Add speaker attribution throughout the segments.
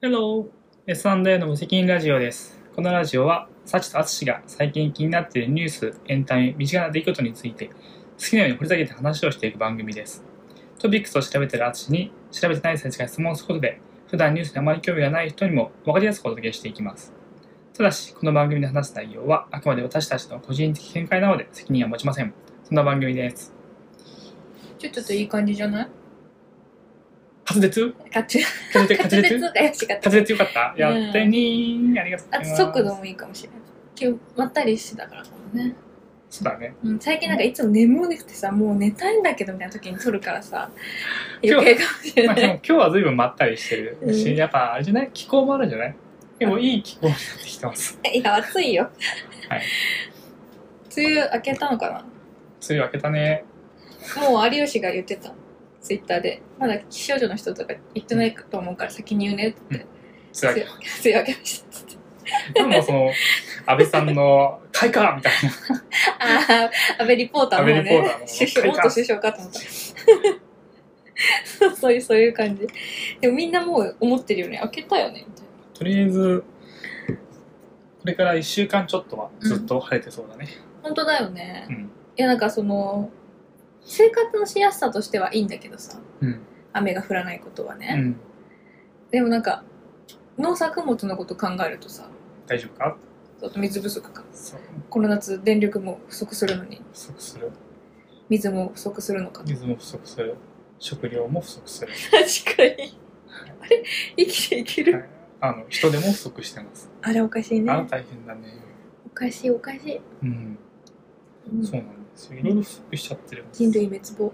Speaker 1: Hello! S&A の無責任ラジオです。このラジオは、サチとアツシが最近気になっているニュース、エンタメ、身近な出来事について、好きなように掘り下げて話をしていく番組です。トピックスを調べているアツシに、調べてないサチが質問することで、普段ニュースにあまり興味がない人にも分かりやすくお届けしていきます。ただし、この番組で話す内容は、あくまで私たちの個人的見解なので、責任は持ちません。そんな番組です。
Speaker 2: ちょちょっといい感じじゃない
Speaker 1: 滑舌
Speaker 2: 滑 舌
Speaker 1: 滑舌
Speaker 2: 滑
Speaker 1: 滑
Speaker 2: 舌
Speaker 1: 舌
Speaker 2: が怪しかった。
Speaker 1: 滑舌よかったやってにーありがとうござい
Speaker 2: あ
Speaker 1: ます。
Speaker 2: と速度もいいかもしれない。今日まったりしてたからかもね。
Speaker 1: そうだね。
Speaker 2: うん、最近なんかいつも眠くてさ、もう寝たいんだけどみたいな時に撮るからさ、
Speaker 1: 今日
Speaker 2: 余計かもし れ
Speaker 1: まあ、
Speaker 2: な
Speaker 1: でも
Speaker 2: い。
Speaker 1: 今日は随分まったりしてるし、
Speaker 2: うん
Speaker 1: やっぱあれじゃない気候もあるんじゃないでもいい気候になってきてます。
Speaker 2: いや、暑いよ。
Speaker 1: はい。
Speaker 2: 梅雨明けたのか
Speaker 1: 梅雨明けたね。
Speaker 2: なもう有吉が言ってた。ツイッターで。まだ気象庁の人とか言ってないと思うから先に言うねって。
Speaker 1: 梅
Speaker 2: 梅
Speaker 1: 雨明
Speaker 2: 雨明け梅雨明けましたっつって。
Speaker 1: け。でもその、安倍さんの、開花みたいな。
Speaker 2: ああ、安倍リポーターの方
Speaker 1: 安倍リポーターの
Speaker 2: ね
Speaker 1: 方。
Speaker 2: 首相、元首相かと思った。そうそういう、そういう感じ。でもみんなもう思ってるよね。開けたよね。みたいな
Speaker 1: とりあえず、これから1週間ちょっとはずっと晴れてそうだね。
Speaker 2: 本当だよね。
Speaker 1: うん。
Speaker 2: いや、なんかその、生活のしやすさとしてはいいんだけどさ。
Speaker 1: うん。
Speaker 2: 雨が降らないことは
Speaker 1: う
Speaker 2: ね。
Speaker 1: ん。
Speaker 2: でもなんか、農作物のこと考えるとさ、
Speaker 1: 大丈夫か
Speaker 2: ちょっと水不足か。
Speaker 1: そう。
Speaker 2: この夏電力も不足するのに、
Speaker 1: 不足する。
Speaker 2: 水も不足するのか。
Speaker 1: 水も不足する。食料も不足する。
Speaker 2: 確かに。あれ生きていける、
Speaker 1: はいあの、人手も不足してます。
Speaker 2: あれおかしい
Speaker 1: あの
Speaker 2: ね。
Speaker 1: 大変だね。
Speaker 2: おかしいおかしい。
Speaker 1: うん。
Speaker 2: うん
Speaker 1: そうなんですよ。いろいろ不足しちゃってるんです
Speaker 2: 人類滅亡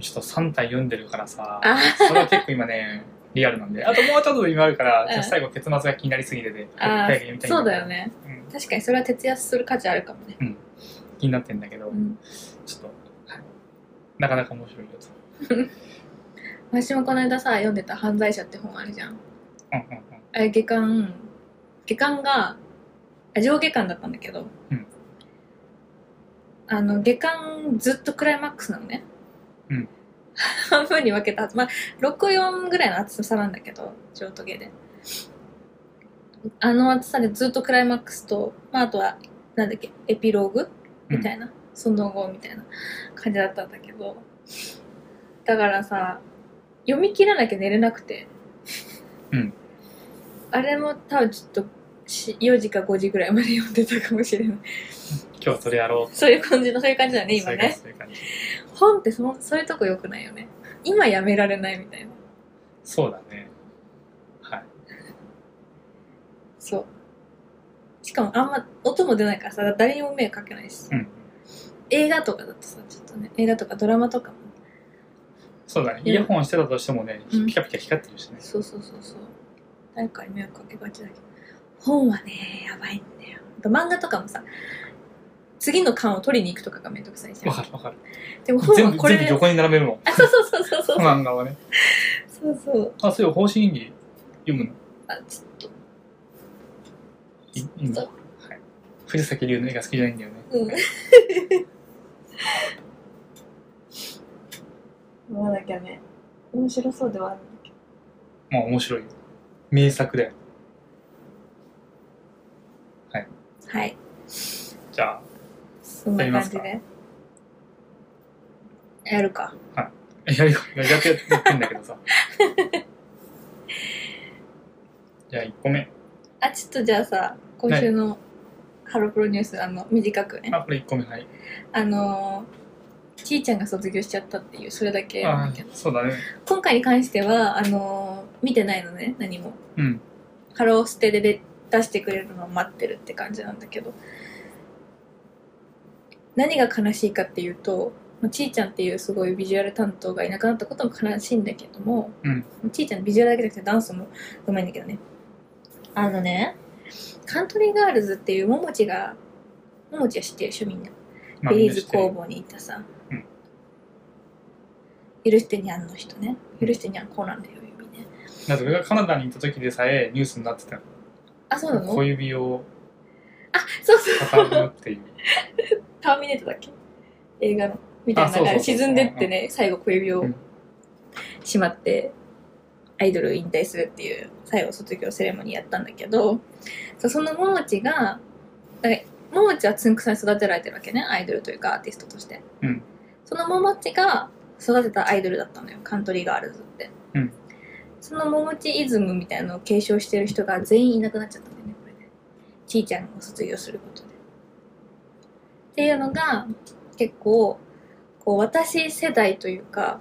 Speaker 1: ちょっと3体読んでるからさ
Speaker 2: あ、
Speaker 1: それは結構今ね、リアルなんで。あともうちょっと今あるから、
Speaker 2: うん
Speaker 1: じゃあ最後結末が気になりすぎてて、
Speaker 2: あ
Speaker 1: 早く読みたいん
Speaker 2: そうだよ。ね
Speaker 1: うん
Speaker 2: 確かにそれは徹夜する価値あるかもね、
Speaker 1: 気になってんだけど、
Speaker 2: うん、
Speaker 1: ちょっと、はいなかなか面白いよと。
Speaker 2: 私もこの間さ読んでた「犯罪者」って本あるじゃん
Speaker 1: うんうんうん。
Speaker 2: あれ下巻下巻があ上下巻だったんだけど、
Speaker 1: うん
Speaker 2: あの下巻ずっとクライマックスなのね、
Speaker 1: うん、
Speaker 2: 半分に分けたはずまあ64ぐらいの厚さなんだけど上と下であの厚さでずっとクライマックスと、まあ、あとはなんだっけエピローグみたいな、その後みたいな感じだったんだけどだからさ読み切らなきゃ寝れなくて
Speaker 1: うん
Speaker 2: あれも多分ちょっとし4時か5時ぐらいまで読んでたかもしれない
Speaker 1: 今日はそれやろう。
Speaker 2: そういう感じのそういう感じだね今ね
Speaker 1: そういう感じ。そういう感じ
Speaker 2: 本ってそそういうとこよくないよね今やめられないみたいな
Speaker 1: そうだね。はい。
Speaker 2: そうしかもあんま音も出ないからさ誰にも迷惑かけないしさ、
Speaker 1: うん。
Speaker 2: 映画とかだとさちょっとね映画とかドラマとかも
Speaker 1: そうだね。
Speaker 2: うん
Speaker 1: イヤホンしてたとしてもね、
Speaker 2: うん
Speaker 1: ピカピカ光ってるしね。
Speaker 2: そうそうそうそう誰かに迷惑かけがちだけど本はねやばいんだよあと漫画とかもさ次の巻を取りに行くとかがめんどくさいじゃ
Speaker 1: わか
Speaker 2: ん
Speaker 1: るわかる。
Speaker 2: でも本
Speaker 1: 全
Speaker 2: はこ
Speaker 1: 部、
Speaker 2: れ
Speaker 1: 全部横に並べるもん。
Speaker 2: あそうそうそうそうそう
Speaker 1: 漫画はね。
Speaker 2: そうそう
Speaker 1: あ、そういう方針演技読むの
Speaker 2: あちょっと
Speaker 1: いいいの
Speaker 2: そう
Speaker 1: はい。藤崎龍の絵が好きじゃないんだよね。
Speaker 2: うん
Speaker 1: はい
Speaker 2: 読まなきゃね面白そうではあるんだけど
Speaker 1: まあ面白いよ。名作だよ。
Speaker 2: はい
Speaker 1: じゃあ、
Speaker 2: そんな感じ
Speaker 1: や
Speaker 2: でやるか
Speaker 1: えやるよ。やるだけやってんだけどさ。 じゃあ1個目。
Speaker 2: あちょっとじゃあさ今週のハロプロニュースあの短くね
Speaker 1: あ、これ1個目、はい。
Speaker 2: あのーちいちゃんが卒業しちゃったっていうそれだけなん
Speaker 1: あ
Speaker 2: だけど
Speaker 1: そうだね。
Speaker 2: 今回に関してはあのー見てないのね何も
Speaker 1: うん。
Speaker 2: ハローステでで出してくれるのを待ってるって感じなんだけど何が悲しいかっていうとまあちいちゃんっていうすごいビジュアル担当がいなくなったことも悲しいんだけども、
Speaker 1: うん
Speaker 2: ちいちゃんビジュアルだけじゃなくてダンスもうまいんだけどねあのねカントリーガールズっていうももちがももちは知ってるでしょみんな
Speaker 1: まあ
Speaker 2: ベ
Speaker 1: みん
Speaker 2: リー
Speaker 1: な知
Speaker 2: ズ
Speaker 1: ってる
Speaker 2: 工房にいたさ、
Speaker 1: うん
Speaker 2: 許してにゃんの人ね許してにゃんこうなんだよ指ね
Speaker 1: だって俺がカナダに行った時でさえニュースになってたよ
Speaker 2: あそうなの
Speaker 1: 小指を
Speaker 2: あそうそう
Speaker 1: 挟む っていう。
Speaker 2: ターミネーターだっけ映画のみたいな
Speaker 1: あそうそうそう
Speaker 2: 沈んでってね最後小指
Speaker 1: う
Speaker 2: を
Speaker 1: ん
Speaker 2: しまってアイドルを引退するっていう最後卒業セレモニーやったんだけどそうその桃地がだから桃地はつんくさんに育てられてるわけねアイドルというかアーティストとして、
Speaker 1: うん
Speaker 2: その桃地が育てたアイドルだったのよカントリーガールズって、
Speaker 1: うん
Speaker 2: その桃地イズムみたいなのを継承してる人が全員いなくなっちゃったんだよねこれでちーちゃんを卒業することでっていうのが結構こう私世代というか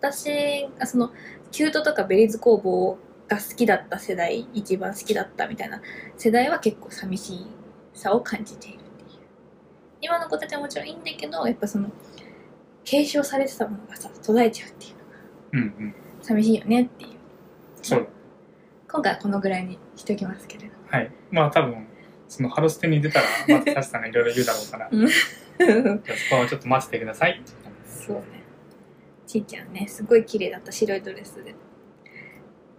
Speaker 2: 私がそのキュートとかベリーズ工房が好きだった世代一番好きだったみたいな世代は結構寂しいさを感じているっていう今の子たちはもちろんいいんだけどやっぱその継承されてたものがさ途絶えちゃうっていうのが
Speaker 1: うんうん。
Speaker 2: 寂しいよねっていう
Speaker 1: そう
Speaker 2: 今回はこのぐらいにしておきますけれど
Speaker 1: だ。はい。まあ多分、そのハロステに出たら、またサチさんがいろいろ言うだろうから、
Speaker 2: うん
Speaker 1: じゃあそこはちょっと待っててください。
Speaker 2: そうねちいちゃんねすごい綺麗だった白いドレスで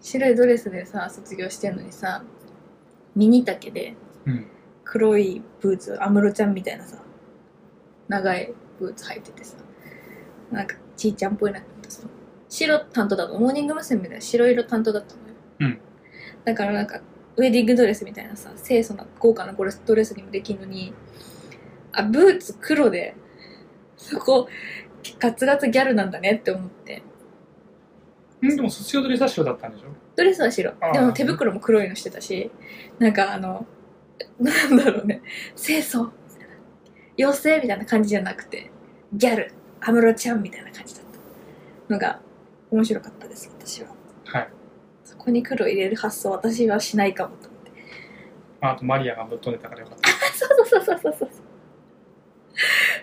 Speaker 2: 白いドレスでさ卒業してんのにさミニ丈で
Speaker 1: うん。
Speaker 2: 黒いブーツ安室ちゃんみたいなさ長いブーツ履いててさなんかちいちゃんっぽいなって思ったその白担当だとモーニング娘。で白色担当だったのよ、
Speaker 1: うん
Speaker 2: だからなんかウェディングドレスみたいなさ清楚な豪華なドレスドレスにもできるのにあブーツ黒でそこガツガツギャルなんだねって思って
Speaker 1: うん、でも卒業ドレスは白だったんでしょ
Speaker 2: ドレスは白
Speaker 1: あー
Speaker 2: でも手袋も黒いのしてたしなんかあの なんだろうね清楚みたいな妖精みたいな感じじゃなくてギャル安室ちゃんみたいな感じだったのが面白かったです私は
Speaker 1: はい。
Speaker 2: そこに黒入れる発想私はしないかもと思って
Speaker 1: まあ、あとマリアがぶっ飛んでたからよかった。
Speaker 2: そうそうそうそうそう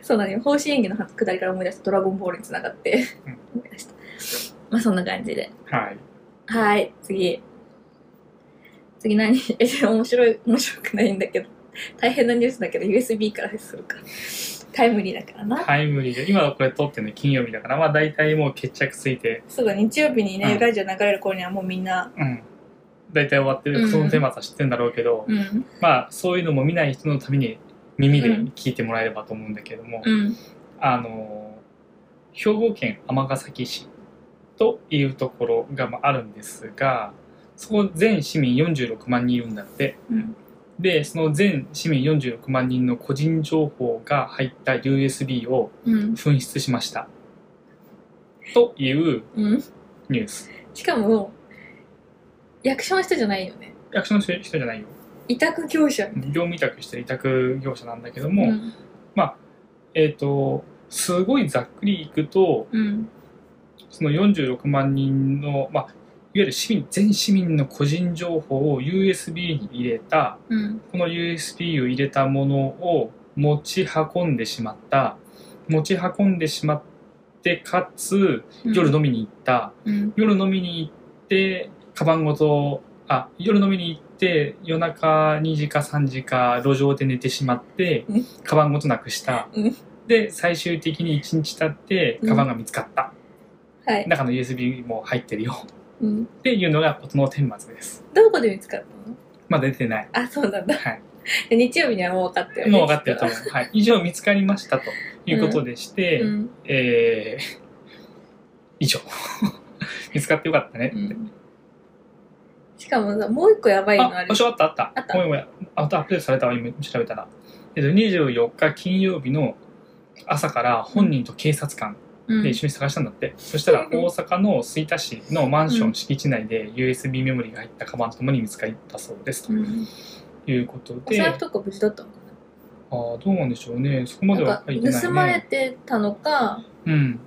Speaker 2: そうなのよ方針演技のくだりから思い出した「ドラゴンボール」につながって
Speaker 1: うん
Speaker 2: 思い出したまあそんな感じで
Speaker 1: はい。
Speaker 2: はい、次。次何 え、面白い、面白くないんだけど。大変なニュースだけど、USB からするから。タイムリーだからな。
Speaker 1: タイムリーで、今これ撮ってるの金曜日だから、まあ大体もう決着ついて、
Speaker 2: そうだ、日曜日にね、
Speaker 1: うん
Speaker 2: ラジオ流れる頃にはもうみんな、
Speaker 1: うん。大体終わってる、
Speaker 2: うん
Speaker 1: そのテーマは知ってるんだろうけど、
Speaker 2: うん、
Speaker 1: まあそういうのも見ない人のために耳で
Speaker 2: うん
Speaker 1: 聞いてもらえればと思うんだけども、
Speaker 2: うん、
Speaker 1: あの、兵庫県尼崎市というところがまああるんですが、そこ全市民46万人いるんだって。
Speaker 2: うん、
Speaker 1: で、その全市民46万人の個人情報が入った USB を
Speaker 2: うん、
Speaker 1: 紛失しました。という
Speaker 2: うん。
Speaker 1: ニュース。
Speaker 2: しかも、役所の人じゃないよね。
Speaker 1: 役所の人じゃないよ。
Speaker 2: 委託業者。
Speaker 1: 業務委託してる委託業者なんだけど
Speaker 2: う
Speaker 1: も、
Speaker 2: ん、
Speaker 1: えっ、と、すごいざっくりいくと、
Speaker 2: うん、
Speaker 1: その46万人の、まあ、いわゆる市民、全市民の個人情報を USB に入れた、
Speaker 2: うん、
Speaker 1: この USB を入れたものを持ち運んでしまった、持ち運んでしまって、かつ、
Speaker 2: うん
Speaker 1: 夜飲みに行った、
Speaker 2: うん、
Speaker 1: 夜飲みに行って、カバンごと、あ、夜飲みに行って、夜中2時か3時か路上で寝てしまって
Speaker 2: うん、
Speaker 1: カバンごとなくした
Speaker 2: うん。
Speaker 1: で、最終的に1日経って、カバンが見つかった。
Speaker 2: はい。
Speaker 1: 中の USB も入ってるよ。
Speaker 2: うん。
Speaker 1: っていうのが事の顛末です。
Speaker 2: どこで見つかったの
Speaker 1: まあ出てない。
Speaker 2: あ、そうなんだ。
Speaker 1: はい。
Speaker 2: で日曜日にはもう分かって
Speaker 1: もう分かってると思う。はい。以上見つかりましたということでして、
Speaker 2: うん、
Speaker 1: えー、以上。 見つかってよかったね。
Speaker 2: うんしかもさもう一個やばいのあ
Speaker 1: あ、
Speaker 2: る
Speaker 1: 場所あったあった。
Speaker 2: あった
Speaker 1: ごめんごめん。あとアップデートされたわ、今調べたら。えっと、24日金曜日の朝から本人と警察官
Speaker 2: うん
Speaker 1: で一緒に探したんだって。そしたら
Speaker 2: うん
Speaker 1: 大阪の吹田市のマンショ
Speaker 2: う
Speaker 1: ン敷地内で USB メモリが入ったカバンとともに見つかったそうですと
Speaker 2: うん
Speaker 1: いうことで。
Speaker 2: お財布とか無事だったのか
Speaker 1: ああ、どうなんでしょうね。そこま
Speaker 2: な
Speaker 1: で
Speaker 2: なん
Speaker 1: は
Speaker 2: か
Speaker 1: 書いてない、ね。
Speaker 2: 盗まれてたのか
Speaker 1: うん。
Speaker 2: だ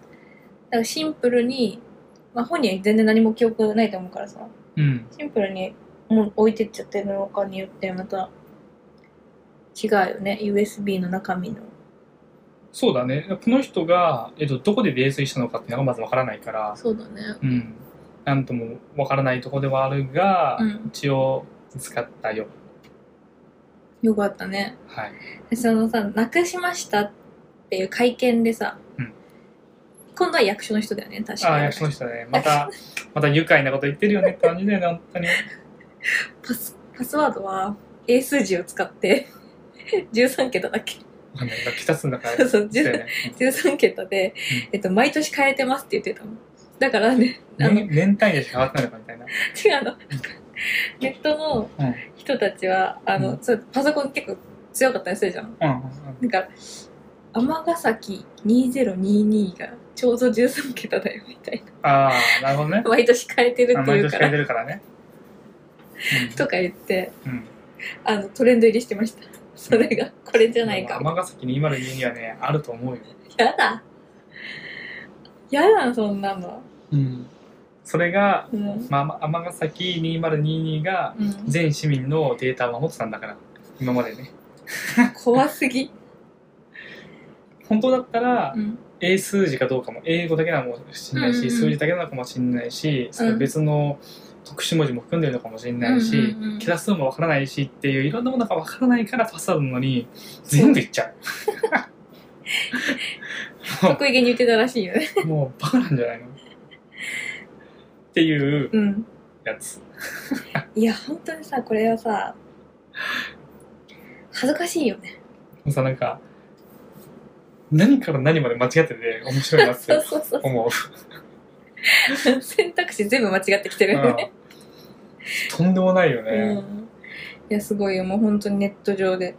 Speaker 2: からシンプルに、まあ、本人は全然何も記憶ないと思うからさ
Speaker 1: うん。
Speaker 2: シンプルにもう置いてっちゃってるのかによってまた違うよね USB の中身の
Speaker 1: そうだね。この人が、えっと、どこで泥酔したのかっていうのがまずわからないから、
Speaker 2: そうだね
Speaker 1: うん。なんともわからないところではあるが、
Speaker 2: うん
Speaker 1: 一応見つかったよ。
Speaker 2: よかったね
Speaker 1: はい。
Speaker 2: でそのさなくしましたっていう会見でさ、
Speaker 1: うん
Speaker 2: 今度は役所の人だよね確
Speaker 1: あ
Speaker 2: か
Speaker 1: あ、い
Speaker 2: に
Speaker 1: や、そうでしたね。また、 また愉快なこと言ってるよねって感じだよね、本当に。
Speaker 2: パスパスワードは英数字を使って 13桁だっけ
Speaker 1: わかんない。桁数だから。
Speaker 2: そうそう
Speaker 1: だよね
Speaker 2: 13桁で、えっと、毎年変えてますって言ってたの。だからね、 あの、違う
Speaker 1: 年年単位でしか変わってないのかみたいな。
Speaker 2: あの、ネットの
Speaker 1: うん
Speaker 2: 人たちは、あ
Speaker 1: う
Speaker 2: の、そうパソコン結構強かったりするじゃん。
Speaker 1: うんうん
Speaker 2: なんか、尼崎2022がちょうど13桁だよみたい
Speaker 1: う
Speaker 2: な。
Speaker 1: ん。ああ、なるほどね。
Speaker 2: 毎年変えてる
Speaker 1: あ
Speaker 2: って
Speaker 1: 毎
Speaker 2: いう
Speaker 1: 年
Speaker 2: か
Speaker 1: 変え
Speaker 2: ら、
Speaker 1: てるからね。
Speaker 2: とか言って、
Speaker 1: うん。うん
Speaker 2: あの、トレンド入りしてました。それが、これじゃないか。
Speaker 1: でも尼崎に今の家にはね、あると思うよ。
Speaker 2: やだ。やだ、そんなの。
Speaker 1: うん。それが、
Speaker 2: うん。
Speaker 1: まあま、尼崎2022が
Speaker 2: うん、
Speaker 1: 全市民のデータを守ってたんだから、今までね。
Speaker 2: 怖すぎ。
Speaker 1: 本当だったら
Speaker 2: う、ん。
Speaker 1: 英数字かどうかも、英語だけなのかもしれないし、
Speaker 2: うんうんうん
Speaker 1: 数字だけなのかもしれないし、その別の特殊文字も含んでるのかもしれないし、
Speaker 2: うんうんうん
Speaker 1: 桁数もわからないしっていう、いろんなものがわからないからパスワードなのに、全部いっちゃ
Speaker 2: 得意げに言ってたらしいよね。
Speaker 1: う。もうバカなんじゃないのっていう
Speaker 2: うん。
Speaker 1: やつ。
Speaker 2: いや、本当にさ、これはさ、恥ずかしいよね。
Speaker 1: もうさ、なんか、何から何まで間違ってて面白いなっ
Speaker 2: そう
Speaker 1: て
Speaker 2: そうそう。
Speaker 1: 思う。
Speaker 2: 選択肢全部間違ってきてるよね。
Speaker 1: うんとんでもないよ
Speaker 2: う
Speaker 1: ね。
Speaker 2: ん。いや、すごいよ。もう本当にネット上で。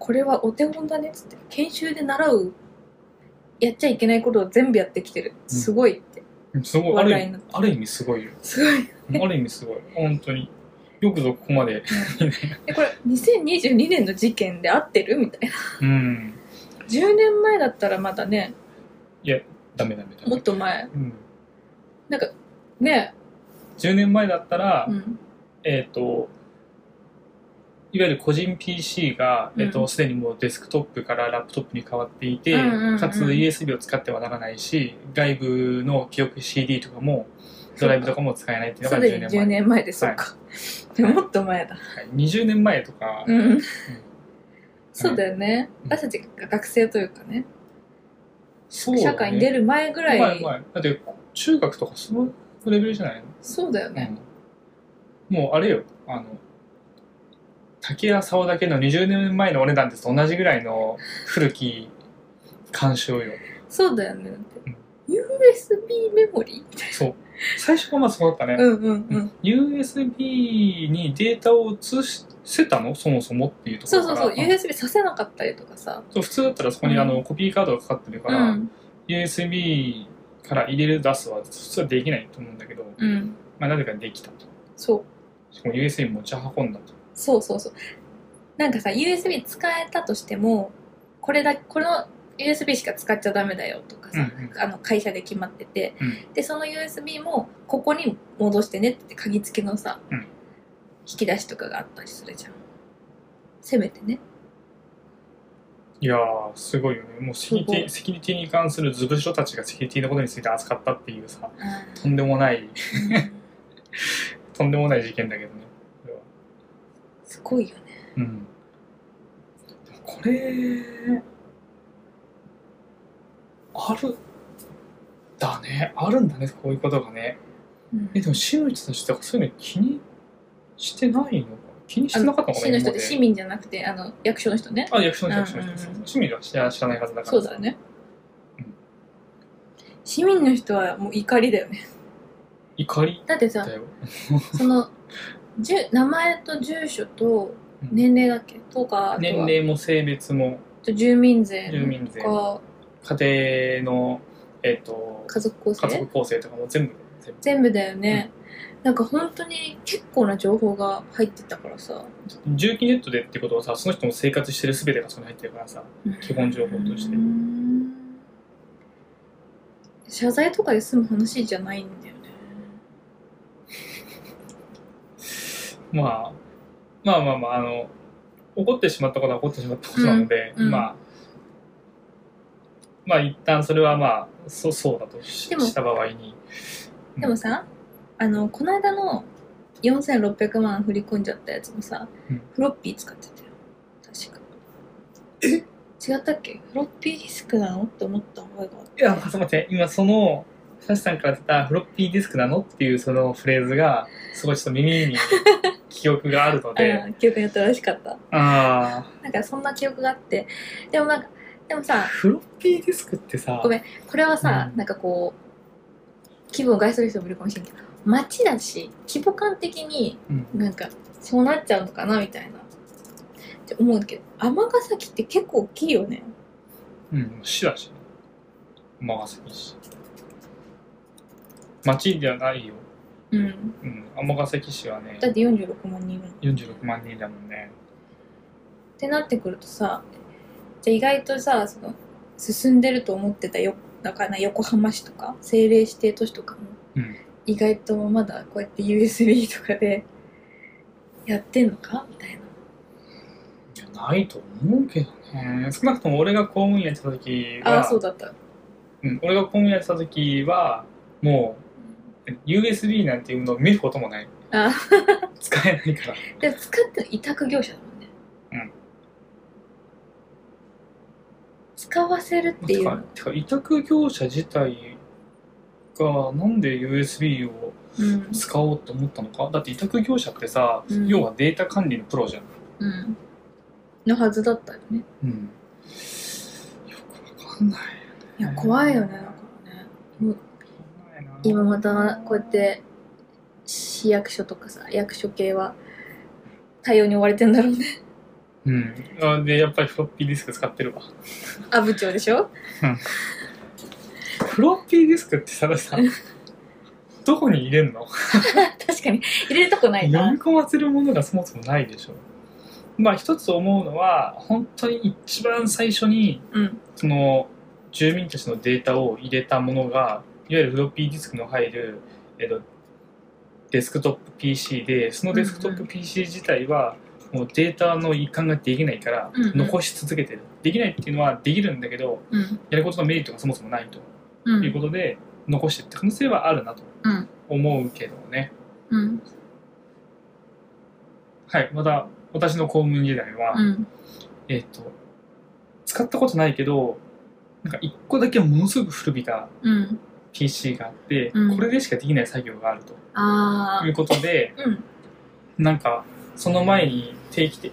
Speaker 2: これはお手本だねっつって。研修で習う、やっちゃいけないことを全部やってきてる。すごいって。
Speaker 1: すごい、あ
Speaker 2: 話
Speaker 1: る
Speaker 2: 題
Speaker 1: 意
Speaker 2: に
Speaker 1: 味
Speaker 2: なって
Speaker 1: ある意味すごいよ。
Speaker 2: すごい。
Speaker 1: ある意味すごい。本当に。よくぞここまで。
Speaker 2: え、これ、2022年の事件で合ってるみたいな。
Speaker 1: うん。
Speaker 2: 10年前だったらまだね、
Speaker 1: ダメダメダ
Speaker 2: もっ
Speaker 1: メ。
Speaker 2: と前。
Speaker 1: うん。
Speaker 2: なんか、ね、
Speaker 1: 10年前だったら、
Speaker 2: うん。
Speaker 1: えっ、と、いわゆる個人 PC が、えっ、
Speaker 2: う
Speaker 1: と、
Speaker 2: ん
Speaker 1: すでにもうデスクトップからラップトップに変わっていて、
Speaker 2: うんうんうん
Speaker 1: かつ USB を使ってはならないし、外部の記憶 CD とかも、ドライブとかも使えないっていうの
Speaker 2: す
Speaker 1: が
Speaker 2: で
Speaker 1: 10
Speaker 2: に
Speaker 1: 年
Speaker 2: 10
Speaker 1: 前。
Speaker 2: 年前で、そっか。でもっと前だ。
Speaker 1: はい20年前とか、
Speaker 2: うん。そうだよね。
Speaker 1: うん
Speaker 2: 私たちが学生というかね、
Speaker 1: そう
Speaker 2: 社会に出
Speaker 1: る
Speaker 2: る前ぐ
Speaker 1: ぐ
Speaker 2: らい、
Speaker 1: 前前。だって、中学とかそのレベルじゃないの
Speaker 2: そうだよね。
Speaker 1: うんもうあれよあの竹谷竿だけの20年前のお値段ですと同じぐらいの古き鑑賞よ
Speaker 2: そうだよね。だっ
Speaker 1: う
Speaker 2: て
Speaker 1: ん
Speaker 2: USB メモリ
Speaker 1: そう最初はまあそうだったね、
Speaker 2: ーうんうんうん。
Speaker 1: USB にデータを移せたのそもそもっていうとこ
Speaker 2: そう
Speaker 1: ろか
Speaker 2: そ
Speaker 1: ら
Speaker 2: うそう、
Speaker 1: ん
Speaker 2: USB させなかったりとかさ。
Speaker 1: そう普通だったらそこにあの、コピーカードがかかってるか
Speaker 2: う
Speaker 1: ら、
Speaker 2: ん。
Speaker 1: USB から入れる出すは普通はできないと思うんだけど、
Speaker 2: うん。
Speaker 1: まあ、なぜかできたと
Speaker 2: そう。
Speaker 1: しかも USB 持ち運んだと
Speaker 2: そうそうそう。なんかさ、USB 使えたとしても、これだ、この USB しか使っちゃダメだよとかさ、
Speaker 1: うん
Speaker 2: あの会社で決まってて、
Speaker 1: うん
Speaker 2: で、その USB もここに戻してねって鍵付きのさ、
Speaker 1: うん
Speaker 2: 引き出しとかがあったりするじゃん。せめてね。
Speaker 1: いやー、すごいよね。もうセキュリテ
Speaker 2: すご
Speaker 1: ィ、
Speaker 2: い
Speaker 1: セキュリティに関する図部署たちがセキュリティのことについて扱ったっていうさ、とんでもない、 とんでもない事件だけどね。これは
Speaker 2: すごいよね。
Speaker 1: うん。でもこれ、ある、だね。あるんだね、こういうことがね。
Speaker 2: うん
Speaker 1: え、でも市の人たちとかそういうの気にしてないのか気にしてなかったのか
Speaker 2: 市の人って
Speaker 1: 今
Speaker 2: 市民じゃなくてあの役所の人ね
Speaker 1: まであ、役所の人、役所の人。
Speaker 2: うんうんうん
Speaker 1: 市民は知ら知らないはずだから。
Speaker 2: そうだよね、
Speaker 1: うん
Speaker 2: 市民の人はもう怒りだよね
Speaker 1: 怒り
Speaker 2: だってさ
Speaker 1: だよ。
Speaker 2: そのじゅ名前と住所と
Speaker 1: うん
Speaker 2: 年齢だっけとかあとは
Speaker 1: 年齢も性別も、
Speaker 2: あと住民税
Speaker 1: 住民税
Speaker 2: とか
Speaker 1: 家庭の、えっと
Speaker 2: 家族構
Speaker 1: 家
Speaker 2: 成
Speaker 1: 族構成とかも全部全部
Speaker 2: 全部だよね、なんか本当に結構な情報が入ってたからさ
Speaker 1: 重機ネットでってことはさその人の生活してる全てがそこに入ってるからさ基本情報として
Speaker 2: うん謝罪とかで済む話じゃないんだよね
Speaker 1: まあまあまあまああの怒ってしまったことは怒ってしまったことなので、
Speaker 2: うんうん
Speaker 1: まあまあ一旦それはまあそそうだとし
Speaker 2: でも
Speaker 1: した場合に
Speaker 2: でもさあのこの間の4600万振り込んじゃったやつもさ、
Speaker 1: うん
Speaker 2: フロッピー使ってたよ確かえ違ったっけフロッピーディスクなのって思った覚えがあっ
Speaker 1: いや待って待って今そのサシさんから出たフロッピーディスクなのっていうそのフレーズがすごいちょっと耳に記憶があるの
Speaker 2: て、
Speaker 1: で
Speaker 2: あ記憶に新しかった
Speaker 1: ああ
Speaker 2: なんかそんな記憶があってでもなんかでもさ
Speaker 1: フロッピーディスクってさ
Speaker 2: ごめんこれはさ、
Speaker 1: うん
Speaker 2: なんかこう気分を害する人もいるかもしれないけど街だし規模感的に
Speaker 1: うん
Speaker 2: なんかそうなっちゃうのかなみたいなって思うけど尼崎って結構大きいよね
Speaker 1: うん、市だしね。尼崎市。町ではないよ。
Speaker 2: うん
Speaker 1: うん、尼崎市はね
Speaker 2: だ、って46万人いるのっ
Speaker 1: 46万人だもんね。
Speaker 2: てなってくるとさじゃあ意外とさその進んでると思ってたよだから横浜市とか政令指定都市とかも
Speaker 1: うん。
Speaker 2: 意外とまだこうやって USB とかでやってんのかみたいない
Speaker 1: や、ないと思うけどね。少なくとも俺が公務員やってた時は、
Speaker 2: ああそうだった
Speaker 1: うん、俺が公務員やってた時は、もう、USB なんていうのを見ることもない。
Speaker 2: あ
Speaker 1: 使えないから。
Speaker 2: でも使って委託業者だもんね
Speaker 1: うん
Speaker 2: 使わせるって
Speaker 1: て
Speaker 2: いう
Speaker 1: か
Speaker 2: の、
Speaker 1: てか委託業者自体がなんで USB を
Speaker 2: うん
Speaker 1: 使おうと思ったのかだって委託業者ってさ、
Speaker 2: うん
Speaker 1: 要はデータ管理のプロじゃん。
Speaker 2: うんのはずだったよね
Speaker 1: うん。よくわかんない。
Speaker 2: いや怖いよねだからね今またこうやって市役所とかさ役所系は対応に追われてんだろ うね
Speaker 1: うん。あで、やっぱりフロッピーディスク使ってるわ。
Speaker 2: 阿部長でしょ
Speaker 1: フロッピーディスクってさ、 さ、どこに入れんの
Speaker 2: 確かに入れるとこない
Speaker 1: 読
Speaker 2: な
Speaker 1: み込ませるものがそもそもないでしょ。まあ一つ思うのは、本当に一番最初に、
Speaker 2: うん
Speaker 1: その住民たちのデータを入れたものが、いわゆるフロッピーディスクの入る、えっと、デスクトップ PC で、そのデスクトッ
Speaker 2: うんう
Speaker 1: プ PC 自体は、もうデータの移管ができないから
Speaker 2: うんう、ん
Speaker 1: 残し続けてる。できないっていうのはできるんだけど、
Speaker 2: うん
Speaker 1: やることのメリットがそもそもないと
Speaker 2: うん
Speaker 1: いうことで、残していった可能性はあるなと
Speaker 2: うん
Speaker 1: 思うけどね。
Speaker 2: うん
Speaker 1: はい、また、私の公務員時代は、
Speaker 2: うん
Speaker 1: えっ、と、使ったことないけど、なんか一個だけものすごく古びた
Speaker 2: うん
Speaker 1: PC があって、
Speaker 2: うん
Speaker 1: これでしかできない作業があると
Speaker 2: あ
Speaker 1: いうことで、
Speaker 2: あうん
Speaker 1: なんか、その前に定期的、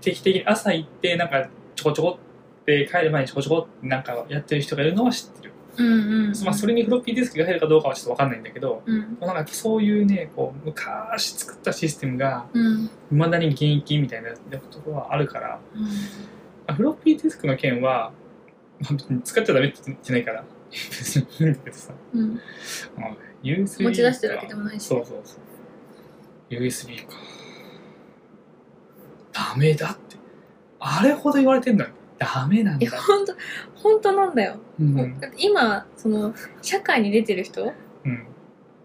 Speaker 1: 定期的に朝行って、なんか、ちょこちょこって帰る前にちょこちょこってなんかやってる人がいるのは知ってる。
Speaker 2: うんうん
Speaker 1: まあ、それにフロッピーディスクが入るかどうかはちょっとわかんないんだけど、
Speaker 2: うん
Speaker 1: なんかそういうね、こう、昔作ったシステムが、
Speaker 2: うん
Speaker 1: 未だに現役みたいなところはあるから、
Speaker 2: うん
Speaker 1: フロッピーディスクの件は、本当に使っちゃダメって言ってないから、別にいいんだけどさ、
Speaker 2: うん
Speaker 1: USB
Speaker 2: 持ち出してるわけでもないし
Speaker 1: そうそうそう。USB か。ダメだって。あれほど言われてんのに、ダメなん
Speaker 2: いや
Speaker 1: だ。
Speaker 2: 本当本当なんだよ、
Speaker 1: うん。
Speaker 2: だって今その社会に出てる人
Speaker 1: うん。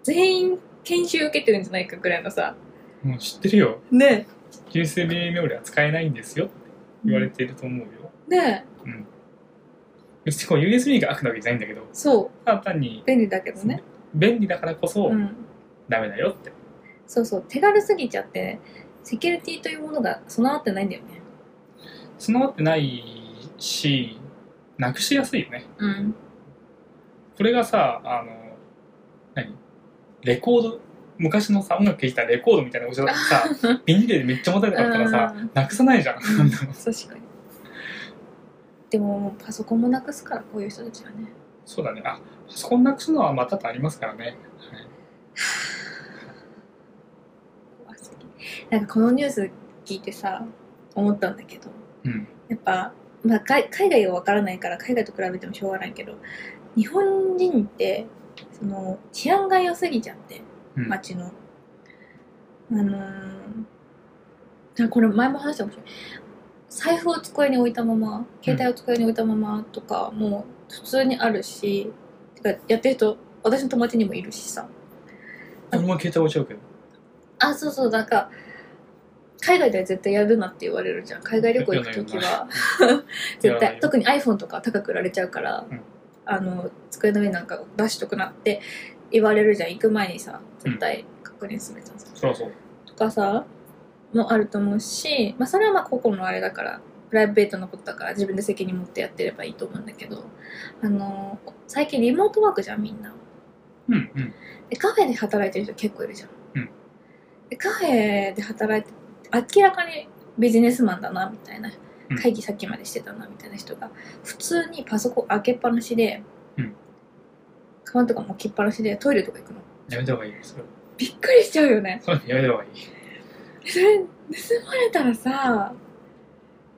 Speaker 2: 全員研修受けてるんじゃないかぐらいのさ
Speaker 1: もう知ってるよ。
Speaker 2: ね
Speaker 1: USB メモリは使えないんですよって言われてると思うよ。
Speaker 2: ね
Speaker 1: うん。別にこう USB が悪なわけじゃないんだけど、
Speaker 2: そ
Speaker 1: ただ単に
Speaker 2: う便利だけどね
Speaker 1: 便利だからこそ
Speaker 2: うん
Speaker 1: ダメだよって。
Speaker 2: そうそう手軽すぎちゃってセキュリティというものが備わってないんだよね
Speaker 1: 備わってないしなくしやすいよね
Speaker 2: うん
Speaker 1: これがさあの何レコード昔のさ音楽聴いたレコードみたいなおじだって さビニールでめっちゃ持たれたかったらさ
Speaker 2: うん
Speaker 1: なくさないじゃん
Speaker 2: うん確かにでももうパソコンもなくすからこういう人たちはね
Speaker 1: そうだねあパソコンなくすのはまたとありますからね、はい
Speaker 2: 怖すぎなんかこのニュース聞いてさ思ったんだけど
Speaker 1: うん
Speaker 2: やっぱ、まあ、海海外はわからないから海外と比べてもしょうがないけど日本人ってその治安が良すぎちゃって
Speaker 1: うん
Speaker 2: 街の、あのーあこれ前も話したかもしれない財布を机に置いたまま携帯を机に置いたままとかもう普通にあるし、てかやってる人私の友達にもいるしさ
Speaker 1: 俺も携帯置いちゃうけど
Speaker 2: あそうそうなんか海外では絶対やるなって言われるじゃん海外旅行行く時は 絶
Speaker 1: やらない
Speaker 2: 対
Speaker 1: よ
Speaker 2: 特に iPhone とか高く売られちゃうから、
Speaker 1: うん
Speaker 2: あの机の上なんか出しとくなって言われるじゃん行く前にさ絶対確認するじゃん、
Speaker 1: そりゃそう
Speaker 2: とかさもあると思うし、まあ、それはまあ個々のあれだからプライベートのことだから自分で責任持ってやってればいいと思うんだけどあの最近リモートワークじゃんみんな
Speaker 1: うんうん
Speaker 2: でカフェで働いてる人結構いるじゃん、
Speaker 1: うん
Speaker 2: でカフェで働いて明らかにビジネスマンだなみたいな
Speaker 1: うん
Speaker 2: 会議さっきまでしてたなみたいな人が普通にパソコン開けっぱなしで、
Speaker 1: うん
Speaker 2: カバンとかも置きっぱなしでトイレとか行くの
Speaker 1: やめた方がいいです。
Speaker 2: びっくりしちゃうよね
Speaker 1: そういう のやめた方がいい。
Speaker 2: それ盗まれたらさ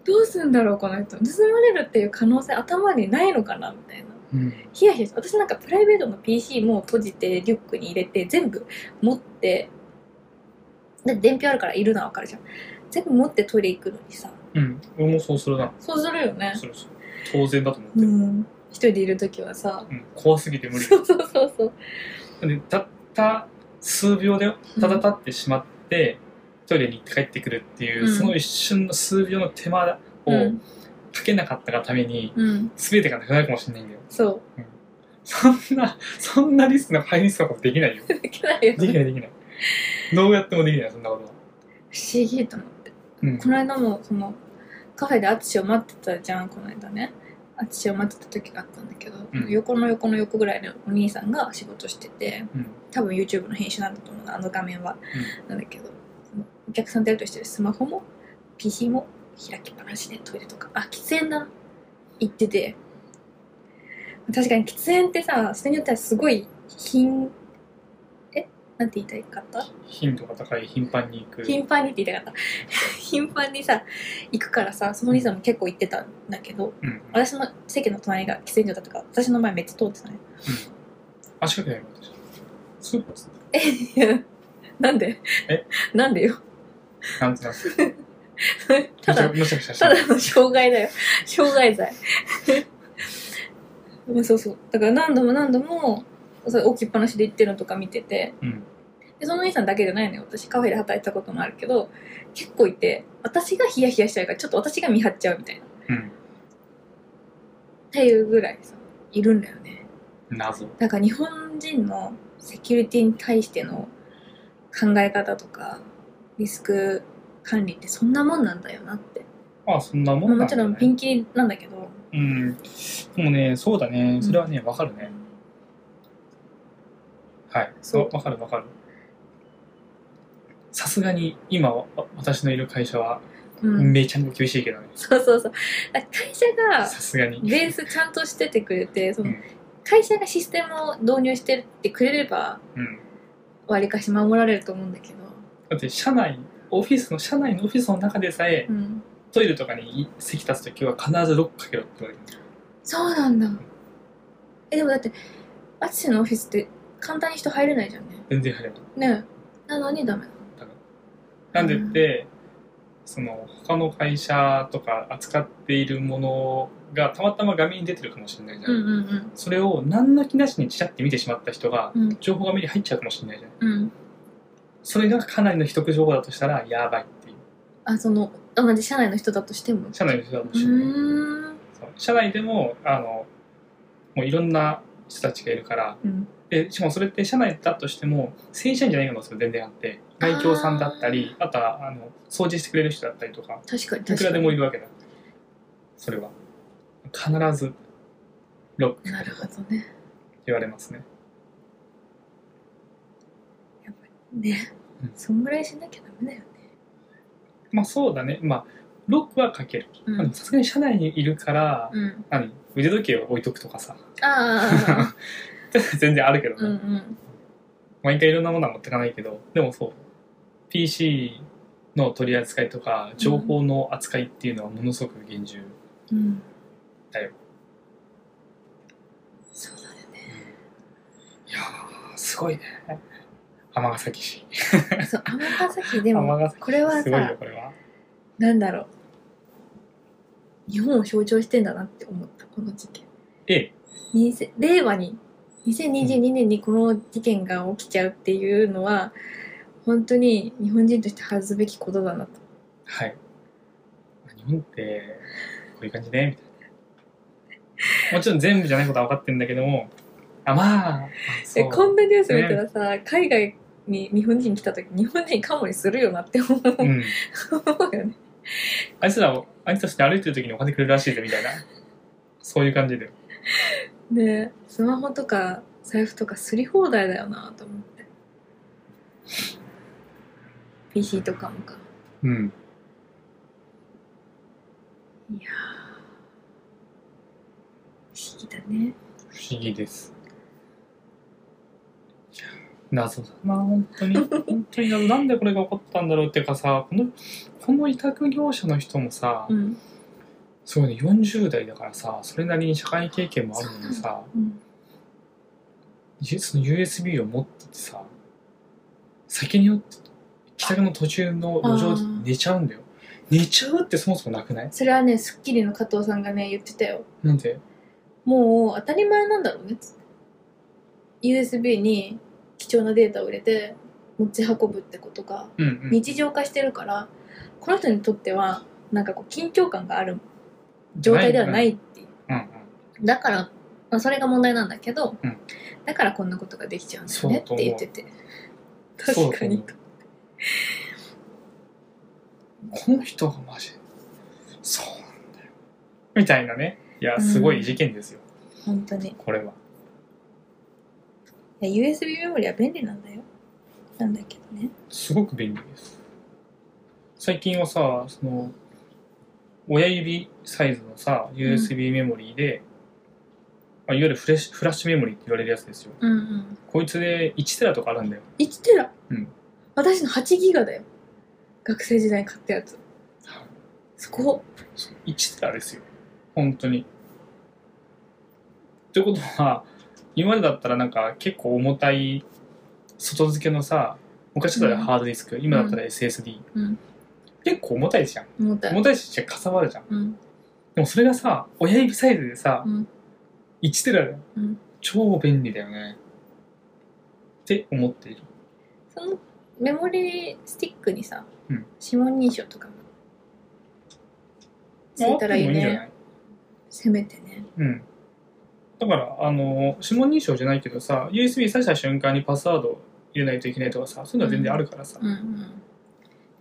Speaker 2: どうすんだろうこの人盗まれるっていう可能性頭にないのかなみたいな
Speaker 1: うん。
Speaker 2: ヒヤヒヤして私なんかプライベートの PC も閉じてリュックに入れて全部持ってだって電票あるからいるのはわかるじゃん全部持ってトイレ行くのにさ
Speaker 1: うん。俺もそうするな。
Speaker 2: そうするよね
Speaker 1: そうそう。当然だと思って
Speaker 2: う
Speaker 1: る。
Speaker 2: ん一人でいる時はさ
Speaker 1: うん。怖すぎて無理。
Speaker 2: そうそうそうそう
Speaker 1: でたった数秒でただ立ってしまって、トイレに行って帰ってくるっていう、
Speaker 2: うん
Speaker 1: その一瞬の数秒の手間
Speaker 2: う
Speaker 1: を
Speaker 2: ん
Speaker 1: かけなかったがために、
Speaker 2: うん
Speaker 1: 全てがなくなるかもしれないんだよ。
Speaker 2: そう
Speaker 1: そんな、そんなリスクのハイリスクなことでき ないよ。
Speaker 2: できないよ
Speaker 1: でき
Speaker 2: ね
Speaker 1: ないできない。どうやってもできない、そんなことは。
Speaker 2: 不思議と思って
Speaker 1: うん
Speaker 2: こ。の間もそのカフェで淳を待ってたじゃんこの間ね淳を待ってた時があったんだけど、
Speaker 1: うん
Speaker 2: 横の横の横ぐらいのお兄さんが仕事してて、
Speaker 1: うん。
Speaker 2: 多分 YouTube の編集なんだと思うなあの画面は、なんだけどそのお客さんとやりとりしてるスマホも PC も開きっぱなしでトイレとかあ喫煙だな行ってて確かに喫煙ってさ人によってはすごい頻えなんて言いたいかった
Speaker 1: 頻度が高い、頻繁に行く。
Speaker 2: 頻繁にって言いたかった 頻繁にさ行くからさそのお兄さんも結構行ってたんだけど
Speaker 1: うん。うん
Speaker 2: 私の席の隣が喫煙所だったから私の前めっちゃ通ってたね
Speaker 1: 足掛けないもん私そうか
Speaker 2: いや なんで
Speaker 1: え
Speaker 2: なんでよ
Speaker 1: なんとなく。
Speaker 2: ただ
Speaker 1: むしゃむしゃして
Speaker 2: た
Speaker 1: る
Speaker 2: だの障害だよ。障害罪。 うんそうそう。だから何度も何度も、それ置きっぱなしで行ってるのとか見てて、
Speaker 1: うん。
Speaker 2: でそのお兄さんだけじゃないのよ。私カフェで働いてたこともあるけど、結構いて、私がヒヤヒヤしちゃうから、ちょっと私が見張っちゃうみたいな。っ
Speaker 1: うん。
Speaker 2: ていうぐらいさ、いるんだよね。
Speaker 1: 謎。
Speaker 2: なんか日本人のセキュリティに対しての考え方とか、リスク管理ってそんなもんなんだよなって。
Speaker 1: まあ、そんなも
Speaker 2: まあ
Speaker 1: んな
Speaker 2: も
Speaker 1: んじ
Speaker 2: ち
Speaker 1: ゃな
Speaker 2: ろ
Speaker 1: い
Speaker 2: んピンキリなんだけど、
Speaker 1: うん。でもね、そうだね。それはね、わかるね。はい。
Speaker 2: そう
Speaker 1: わわかるわかる。さすがに今、わ私のいる会社は、
Speaker 2: うん、
Speaker 1: めちゃめちゃ厳しいけどね。
Speaker 2: そうそうそう。だから会社が
Speaker 1: さすがに。
Speaker 2: ベースちゃんとしててくれて、その
Speaker 1: うん
Speaker 2: 会社がシステムを導入してってくれれば、
Speaker 1: うん。
Speaker 2: わりかし守られると思うんだけど。
Speaker 1: だって、社内、オフィスの、社内のオフィスの中でさえ、
Speaker 2: うん。
Speaker 1: トイレとかに席立つときは必ずロックかけろって言われる。
Speaker 2: そうなんだ。え、でもだって、アツシのオフィスって簡単に人入れないじゃんね。
Speaker 1: 全然入れない。
Speaker 2: ねえ。なのにダメ
Speaker 1: なんでって、その他の会社とか扱っているものがたまたま画面に出てるかもしれないじゃん、
Speaker 2: うんうん
Speaker 1: それを何の気なしにちらって見てしまった人が
Speaker 2: うん。
Speaker 1: 情報が目に入っちゃうかもしれないじゃん
Speaker 2: うん。うん。
Speaker 1: それがかなりの秘匿情報だとしたらやばいっていう
Speaker 2: あ、その、同じ社内の人だとしても。
Speaker 1: 社内の人だと
Speaker 2: う
Speaker 1: しても
Speaker 2: ーん。
Speaker 1: そう社内でもあのもういろんな人たちがいるから
Speaker 2: うん。
Speaker 1: でしかもそれって社内だとしても正社員じゃない可能性が全然あって内調さんだったりあとはあの掃除してくれる人だったりとか
Speaker 2: 確かに確か
Speaker 1: い
Speaker 2: に。
Speaker 1: くらでもいるわけだ。それは。必ず、ロック
Speaker 2: なるほどね。
Speaker 1: 言われますね。
Speaker 2: ね。
Speaker 1: うん
Speaker 2: そんぐらいしなきゃダメだよね。
Speaker 1: まあそうだね。まあ、ロックはかける。
Speaker 2: う
Speaker 1: まあでもさすがに社内にいるから、
Speaker 2: うん。
Speaker 1: 何腕時計を置いとくとかさ。
Speaker 2: あ
Speaker 1: 全然あるけどね。
Speaker 2: あ、うんうん。
Speaker 1: 毎回いろんなものは持ってかないけど、でもそう。PC の取り扱いとか、情報の扱いっていうのはものすごく厳重。
Speaker 2: うん。
Speaker 1: だよ。
Speaker 2: そうだよ
Speaker 1: いやー、すごいね。尼崎市。
Speaker 2: ね。そう、尼崎 でも、
Speaker 1: 尼崎市。
Speaker 2: これはさ
Speaker 1: すごいよ、これは。
Speaker 2: なんだろう。日本を象徴してんだなって思った、この事件。
Speaker 1: ええ、
Speaker 2: にせ令和に、2022年にこの事件が起きちゃうっていうのは、本当に日本人として恥ずべきことだなと。
Speaker 1: はい。日本って、こういう感じね、みたいな。もちろん全部じゃないことは分かってるんだけども、あ、まあ、あ
Speaker 2: え
Speaker 1: そう
Speaker 2: こんなニュース見たらさ、海外に日本人来た時、日本人カモにするよなって思う,、
Speaker 1: うん。
Speaker 2: 思うよね。
Speaker 1: あいつらを、あいつらして歩いてる時にお金くれるらしいぜ、みたいな。そういう感じで。
Speaker 2: ねスマホとか財布とかすり放題だよなと思って PC とかもか
Speaker 1: うん。
Speaker 2: いやー不思議だね
Speaker 1: 不思議です。謎だな、本当に。本当に謎。なんでこれが起こったんだろうっていうかさ、この、この委託業者の人もさ、
Speaker 2: うん
Speaker 1: すごいね、40代だからさ、それなりに社会経験もあるのにさ、
Speaker 2: うん
Speaker 1: ゆその USB を持っててさ、先によって、帰宅の途中の路上で
Speaker 2: あー
Speaker 1: 寝ちゃうんだよ。寝ちゃうってそもそもなくない
Speaker 2: それはね『スッキリ』の加藤さんがね言ってたよ
Speaker 1: なんで
Speaker 2: もう当たり前なんだろうねっつって USB に貴重なデータを入れて持ち運ぶってことが
Speaker 1: うんうん。
Speaker 2: 日常化してるからこの人にとってはなんかこう緊張感がある状態ではないっていう
Speaker 1: うんうん。
Speaker 2: だから、まあ、それが問題なんだけど、
Speaker 1: うん
Speaker 2: だからこんなことができちゃうんだよね
Speaker 1: そうと思
Speaker 2: っ
Speaker 1: う
Speaker 2: て言ってて
Speaker 1: そう
Speaker 2: 確かに
Speaker 1: そうこの人がマジでそうなんだよみたいなねいや
Speaker 2: うん
Speaker 1: すごい事件ですよ、
Speaker 2: 本当に
Speaker 1: これはい
Speaker 2: や USB メモリは便利なんだよなんだけどね
Speaker 1: すごく便利です最近はさその親指サイズのさ USB メモリーで、まあ、いわゆるフレッシュフラッシュメモリーって言われるやつですよ
Speaker 2: うんうん
Speaker 1: こいつで1テラとかあるんだよ
Speaker 2: 1テラ、
Speaker 1: うん
Speaker 2: 私の8ギガだよ学生時代に買ったやつ
Speaker 1: はい
Speaker 2: すごっ
Speaker 1: 1テラですよ本当にってことは今までだったらなんか結構重たい外付けのさ昔だったらハードディスク、今だったら SSD、
Speaker 2: うん
Speaker 1: 結構重たいじゃん
Speaker 2: 重たい
Speaker 1: 重たいしかさばるじゃん
Speaker 2: うん
Speaker 1: でもそれがさ親指サイズでさ、
Speaker 2: うん
Speaker 1: 1テラだよ、
Speaker 2: うん
Speaker 1: 超便利だよねって思っている
Speaker 2: そのメモリースティックにさ、
Speaker 1: うん
Speaker 2: 指紋認証とかもついたらいい
Speaker 1: あってもんじゃ
Speaker 2: ね
Speaker 1: ない
Speaker 2: せめてね
Speaker 1: うんだからあの指紋認証じゃないけどさ USB 挿した瞬間にパスワードを入れないといけないとかさそういうのは全然あるからさ、
Speaker 2: うんうん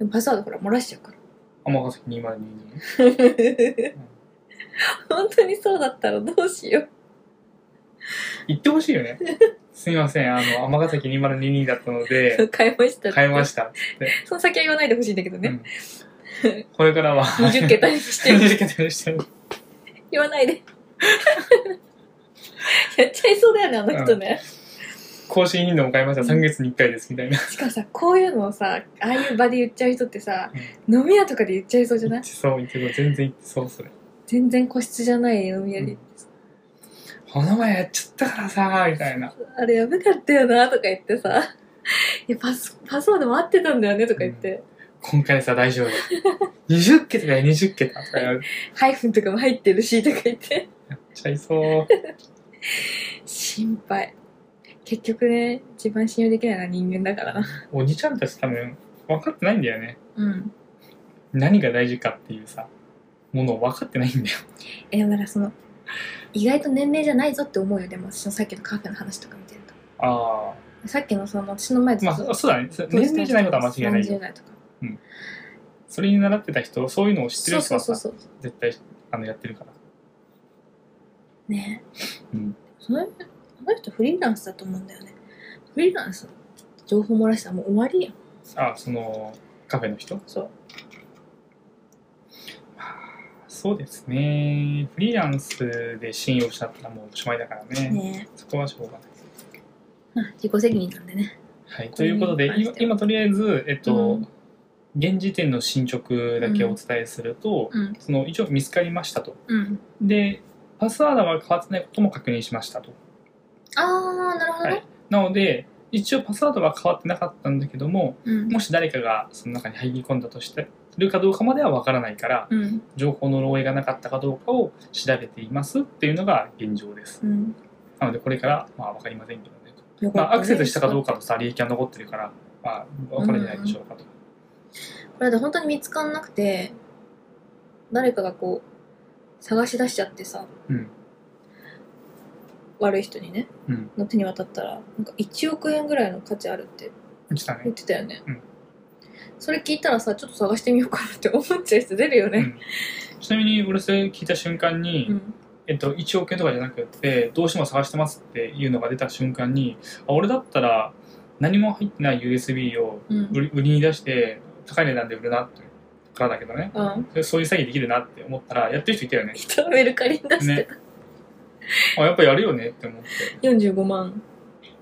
Speaker 2: でもパスワードほら漏らしちゃうから
Speaker 1: 天ヶ崎2022、
Speaker 2: 本当にそうだったらどうしよう
Speaker 1: 行ってほしい よねすいませんあの天ヶ崎2022だったの で
Speaker 2: 買いましたって
Speaker 1: 買いました、
Speaker 2: その先は言わないでほしいんだけど
Speaker 1: う
Speaker 2: ね、
Speaker 1: んこれからは
Speaker 2: 20桁にして
Speaker 1: 20桁にしてる
Speaker 2: 言わないで やっちゃいそうだよねあの人ね、
Speaker 1: 更新頻度も変えました3月に1回ですみたいな
Speaker 2: しかもさこういうのをさああいう場で言っちゃう人ってさ
Speaker 1: うん、
Speaker 2: 飲み屋とかで言っちゃいそうじゃ
Speaker 1: 言
Speaker 2: な
Speaker 1: っ
Speaker 2: い
Speaker 1: てそう言ってそう全然言ってそう それ、
Speaker 2: 全然個室じゃない飲み屋で、
Speaker 1: うんこの前やっちゃったからさみたいな
Speaker 2: あれやばかったよなとか言ってさいやパスパスワードも合ってたんだよねとか言って、
Speaker 1: 今回さ大丈夫20桁だよ20桁とかやっ
Speaker 2: ハイフンとかも入ってるしとか言って
Speaker 1: ちゃいそう
Speaker 2: 心配結局ね一番信用できないのは人間だからな
Speaker 1: おじちゃんたち多分分かってないんだよね
Speaker 2: うん
Speaker 1: 何が大事かっていうさものを分かってないんだよ
Speaker 2: えでもだからその意外と年齢じゃないぞって思うよでもそのさっきのカフェの話とか見てる
Speaker 1: ああ
Speaker 2: とさっきのその私の前ずっ
Speaker 1: ま
Speaker 2: と
Speaker 1: あそうだねそう年齢じゃないことは間違いない
Speaker 2: 30
Speaker 1: よ
Speaker 2: 代とか
Speaker 1: それに習ってた人そういうのを知って
Speaker 2: そ
Speaker 1: る
Speaker 2: う
Speaker 1: 人
Speaker 2: そう
Speaker 1: は
Speaker 2: そ
Speaker 1: さ
Speaker 2: うそう
Speaker 1: 絶対あのやってるから
Speaker 2: ね
Speaker 1: うん
Speaker 2: そのあの人フリーランスだと思うんだよねフリーランスの情報漏らしたらもう終わりやん
Speaker 1: あそのカフェの人
Speaker 2: そう
Speaker 1: そうですねフリーランスで信用しちゃったらもうおしまいだからね
Speaker 2: ね
Speaker 1: そこはしょうがない
Speaker 2: まあ自己責任なんでね
Speaker 1: はい、と
Speaker 2: これ
Speaker 1: い
Speaker 2: に
Speaker 1: うことで
Speaker 2: 関して
Speaker 1: 今今
Speaker 2: は
Speaker 1: とりあえず、えっと
Speaker 2: うん
Speaker 1: 現時点の進捗だけお伝えすると、
Speaker 2: うん
Speaker 1: その一応見つかりましたと
Speaker 2: うん
Speaker 1: でパスワードが変わってないことも確認しましたと
Speaker 2: ああなるほどね、
Speaker 1: はいなので一応パスワードは変わってなかったんだけども
Speaker 2: うん
Speaker 1: もし誰かがその中に入り込んだとしてるかどうかまではわからないから
Speaker 2: うん
Speaker 1: 情報の漏洩がなかったかどうかを調べていますっていうのが現状です
Speaker 2: うん
Speaker 1: なのでこれからまあ分かりませんけどねと
Speaker 2: よ
Speaker 1: ま
Speaker 2: かった
Speaker 1: あ、
Speaker 2: ね
Speaker 1: アクセスしたかどうかとさ利益が残ってるから、まあ、分かるんじゃないでしょうかと、
Speaker 2: これで本当に見つかんなくて誰かがこう探し出しちゃってさ
Speaker 1: うん
Speaker 2: 悪い人にね
Speaker 1: うん
Speaker 2: の手に渡ったらなんか1億円ぐらいの価値あるって
Speaker 1: 言ってた
Speaker 2: 言
Speaker 1: ね
Speaker 2: ってたよね、
Speaker 1: うん
Speaker 2: それ聞いたらさちょっと探してみようかなって思っちゃう人出るよね
Speaker 1: ちなみに俺それ聞いた瞬間に、
Speaker 2: うん、
Speaker 1: えっと、1億円とかじゃなくてどうしても探してますっていうのが出た瞬間にあ俺だったら何も入ってない USB を
Speaker 2: うん
Speaker 1: 売り売りに出して高い値段で売るなってからだけどね
Speaker 2: うん、
Speaker 1: でそういう詐欺できるなって思ったらやってる人いたよね
Speaker 2: 人メルカリに出して
Speaker 1: ねあやっぱやるよねって思って
Speaker 2: 45万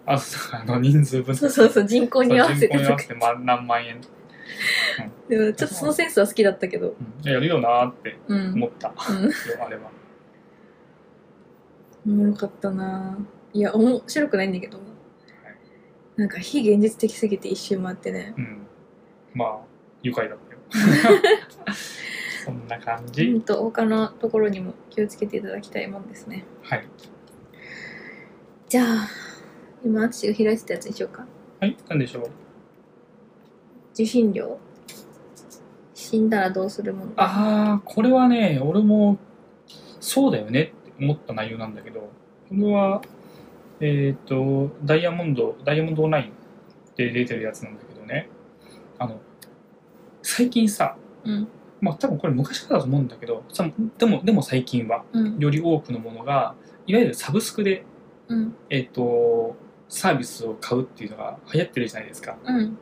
Speaker 1: あそうあの人数分
Speaker 2: そうそうそう、人口に合わ
Speaker 1: 人
Speaker 2: せ
Speaker 1: 口
Speaker 2: て
Speaker 1: に
Speaker 2: と
Speaker 1: 合わ
Speaker 2: か
Speaker 1: せ。て、ま、何万円、
Speaker 2: でもちょっとそのセンスは好きだったけど。
Speaker 1: うん、いややるよなーって
Speaker 2: うん。
Speaker 1: 思った、あれは
Speaker 2: おもろかったなぁいや、面白くないんだけど。なんか非現実的すぎて一周回ってね。
Speaker 1: うんまあ愉快だった よそんな感じ、
Speaker 2: うんと、他のところにも気をつけていただきたいもんですね。
Speaker 1: はい
Speaker 2: じゃあ、今、私が開いてたやつにしようか。
Speaker 1: はいなんでしょう
Speaker 2: 受信料死んだらどうするもの
Speaker 1: ああこれはね俺もそうだよねって思った内容なんだけどこれはえっ、とダイヤモンドダイヤモンドオンラインで出てるやつなんだけどねあの最近さ
Speaker 2: うん
Speaker 1: まあ多分これ昔からだと思うんだけどそのでもでも最近は
Speaker 2: うん
Speaker 1: より多くのものがいわゆるサブスクで
Speaker 2: うん
Speaker 1: えっ、とサービスを買うっていうのが流行ってるじゃないですか
Speaker 2: うん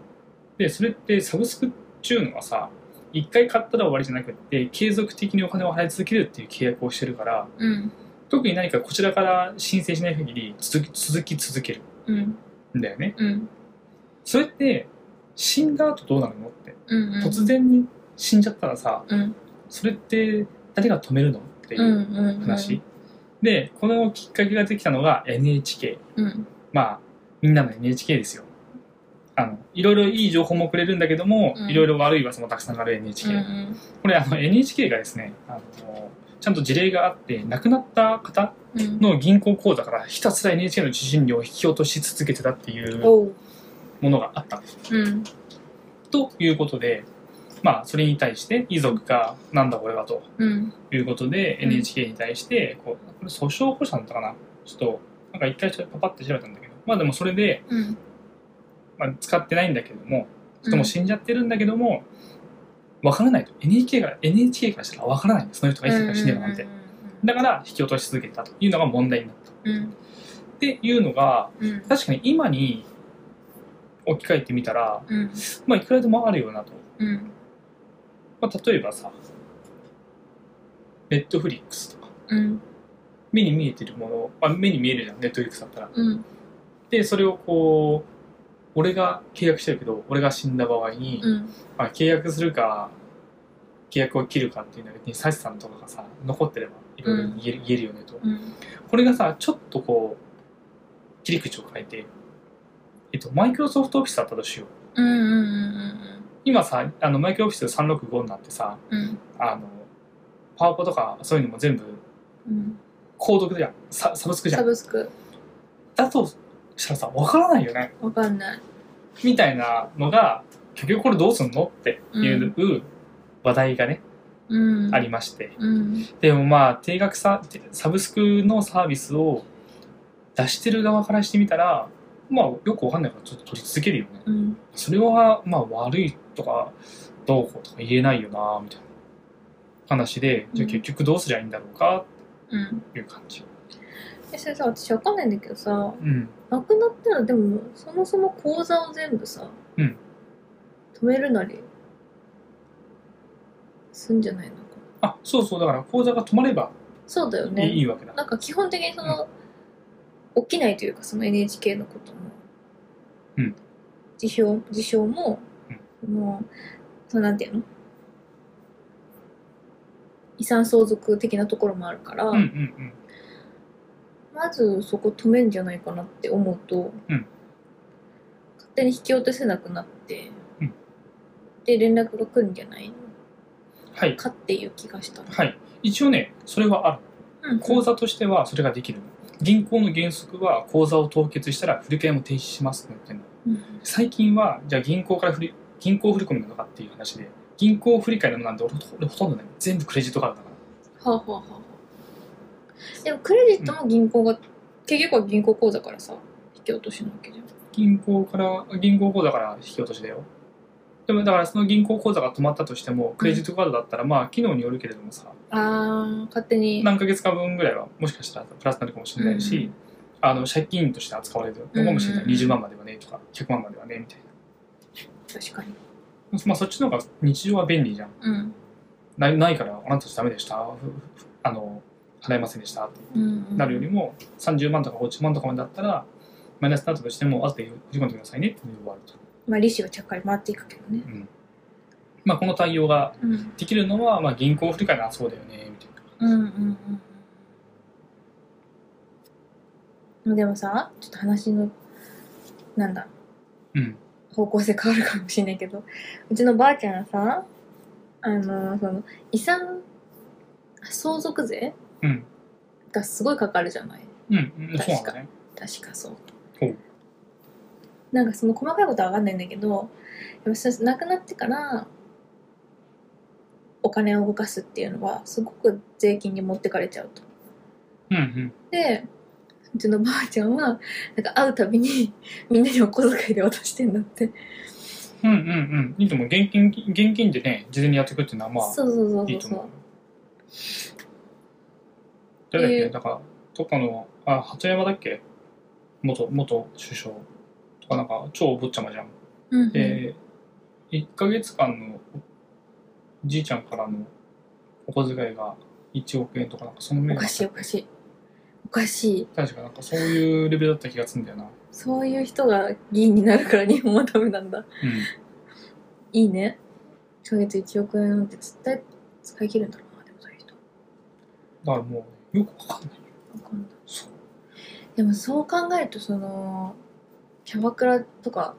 Speaker 1: でそれってサブスクっちゅうのはさ一回買ったら終わりじゃなくって継続的にお金を払い続けるっていう契約をしてるから
Speaker 2: うん
Speaker 1: 特に何かこちらから申請しない限り続き続き続ける
Speaker 2: うん
Speaker 1: んだよね
Speaker 2: うん
Speaker 1: それって死んだ後どうなるのって
Speaker 2: うんうん
Speaker 1: 突然に死んじゃったらさ
Speaker 2: うん
Speaker 1: それって誰が止めるのってい
Speaker 2: うん
Speaker 1: う
Speaker 2: うんうん
Speaker 1: 話でこのきっかけができたのが NHK
Speaker 2: うん
Speaker 1: まあ、みんなの NHK ですよ。あの、いろいろいい情報もくれるんだけども、
Speaker 2: うん
Speaker 1: いろいろ悪い噂もたくさんある NHK。
Speaker 2: うん
Speaker 1: これ、あの、NHK がですね、あの、ちゃんと事例があって、亡くなった方
Speaker 2: うん
Speaker 1: の銀行口座からひたすら NHK の受信料を引き落とし続けてたっていう
Speaker 2: おう
Speaker 1: ものがあった。
Speaker 2: うん
Speaker 1: ということで、まあ、それに対して遺族が、なんだこれはと
Speaker 2: うん
Speaker 1: いうことで、
Speaker 2: ん
Speaker 1: NHK に対して、こう、これ訴訟保障だったかなちょっと、なんか一回ちょっとパパって調べたんだけど、まあでもそれで、
Speaker 2: うん
Speaker 1: まあ、使ってないんだけども人も死んじゃってるんだけども、わからないと NHK が NHK からしたらわからないんですその人が生きてるか死んでるかなんて、
Speaker 2: うん
Speaker 1: だから引き落とし続けたというのが問題になったっ
Speaker 2: うん
Speaker 1: ていうのが
Speaker 2: うん
Speaker 1: 確かに今に置き換えてみたら
Speaker 2: うん
Speaker 1: まあいくらでもあるよなと、
Speaker 2: うん
Speaker 1: まあ、例えばさネットフリックスとか
Speaker 2: うん
Speaker 1: 目に見えてるもの、まあ、目に見えるじゃんネットフリックスだったら
Speaker 2: うん
Speaker 1: でそれをこう俺が契約してるけど俺が死んだ場合に、
Speaker 2: うん
Speaker 1: まあ、契約するか契約を切るかっていうのは別にサチさんとかがさ残ってればいろいろ言える,、言えるよねと
Speaker 2: うん
Speaker 1: これがさちょっとこう切り口を変えてえっとマイクロソフトオフィスだったとしよう
Speaker 2: うんうん
Speaker 1: 今さあのマイクロオフィス365になってさ
Speaker 2: うん
Speaker 1: あのパワポとかそういうのも全部
Speaker 2: うん
Speaker 1: 購読じゃんササブスクじゃ
Speaker 2: サ
Speaker 1: ん
Speaker 2: ブスク
Speaker 1: だとしたらさわからないよね
Speaker 2: わかんない
Speaker 1: みたいなのが結局これどうすんのっていう話題がね、
Speaker 2: うん
Speaker 1: ありまして
Speaker 2: うん
Speaker 1: でもまあ定額さサブスクのサービスを出してる側からしてみたらまあよくわかんないからちょっと取り続けるよね
Speaker 2: うん
Speaker 1: それはまあ悪いとかどうこうとか言えないよなみたいな話でじゃあ結局どうすりゃいいんだろうか
Speaker 2: うん
Speaker 1: っていう感じ
Speaker 2: えそれさ私わかんないんだけどさ
Speaker 1: うん
Speaker 2: なくなったらでもそもそも口座を全部さ、
Speaker 1: うん
Speaker 2: 止めるなりすんじゃないのか
Speaker 1: あそうそうだから口座が止まれば
Speaker 2: そうだよ
Speaker 1: いい,、
Speaker 2: ね
Speaker 1: わけだ
Speaker 2: なんか基本的にその、起きないというかその NHK のことも、
Speaker 1: うん
Speaker 2: 事象事象も、もうそのなんていうの遺産相続的なところもあるから、
Speaker 1: うんうんうん
Speaker 2: まずそこ止めんじゃないかなって思うと、
Speaker 1: うん
Speaker 2: 勝手に引き落とせなくなって、
Speaker 1: うん
Speaker 2: で連絡が来るんじゃない
Speaker 1: はい
Speaker 2: かっていう気がしたの、
Speaker 1: はい一応ねそれはある
Speaker 2: うん、
Speaker 1: 口座としてはそれができるの銀行の原則は口座を凍結したら振り替えも停止しますって言ってんの
Speaker 2: うん
Speaker 1: 最近はじゃあ銀行から振り銀行振り込みなのかっていう話で銀行振り替えなのなんで俺ほと俺ほとんどない全部クレジットカードだか
Speaker 2: はあ、はあはあはあ、でもクレジットも銀行が、結局は銀行口座からさ引き落としなわけじゃん
Speaker 1: ら銀行から銀行口座から引き落としだよでもだからその銀行口座が止まったとしてもクレジットカードだったらまあ機能によるけれどもさ
Speaker 2: あー勝手に
Speaker 1: 何ヶ月か分ぐらいはもしかしたらプラスになるかもしれないし、
Speaker 2: うん
Speaker 1: あの借金として扱われるのかもしれない、
Speaker 2: うん
Speaker 1: 20万まではねとか100万まではねみたい
Speaker 2: 確かに
Speaker 1: なまあそっちの方が日常は便利じゃん
Speaker 2: うん
Speaker 1: ないないからあなたたちダメでしたふふあの払えませんでした
Speaker 2: うん
Speaker 1: なるよりも30万とか50万とかまでだったらマイナスだったとしても、後で振り込んでくださいねっていうのがあると。
Speaker 2: まあ利子はちゃっかり回っていくけどね。
Speaker 1: うん。まあ、この対応が
Speaker 2: うん。
Speaker 1: できるのは、まあ、銀行振り替えならそうだよね、みたいな。
Speaker 2: うんうんうん。でもさ、ちょっと話の、なんだ、
Speaker 1: うん。
Speaker 2: 方向性変わるかもしれないけど、うちのばあちゃんがさ、あの、その、遺産、相続税
Speaker 1: うん。
Speaker 2: がすごいかかるじゃない
Speaker 1: うん。うん、そうなん
Speaker 2: 確
Speaker 1: だ
Speaker 2: か
Speaker 1: ね。
Speaker 2: 確かそう
Speaker 1: ほう。
Speaker 2: なんかその細かいことは分かんないんだけどやっぱそ亡くなってからお金を動かすっていうのはすごく税金に持ってかれちゃうと。
Speaker 1: うん、うん。
Speaker 2: でうちのばあちゃんはなんか会うたびに みんなにお小遣いで渡してんだって、
Speaker 1: うん、うん、うん。いいと思う。現金、現金でね、事前にやっていくっていうのは、まあ、
Speaker 2: そうそうそう
Speaker 1: い
Speaker 2: そ
Speaker 1: いうと
Speaker 2: そ
Speaker 1: 思う
Speaker 2: う。
Speaker 1: 誰だっけ、
Speaker 2: えー
Speaker 1: なんか、どっかの、あ、鳩山だっけ元、元首相とか、なんか、超お坊ちゃまじゃん。
Speaker 2: うんうん
Speaker 1: で、1ヶ月間のおじいちゃんからのお小遣いが1億円とか、なんかそのぐら
Speaker 2: お
Speaker 1: いだっ
Speaker 2: かしい
Speaker 1: た
Speaker 2: おかしいおかしい
Speaker 1: 確かなんかそういうレベルだった気がするんだよな。
Speaker 2: そういう人が議員になるから日本はダメなんだいいね1ヶ月1億円なんて絶対使い切るんだろうなでもそういう人
Speaker 1: だからもう、よくわかんない。
Speaker 2: わかんない
Speaker 1: そう。
Speaker 2: でもそう考えるとそのキャバクラとか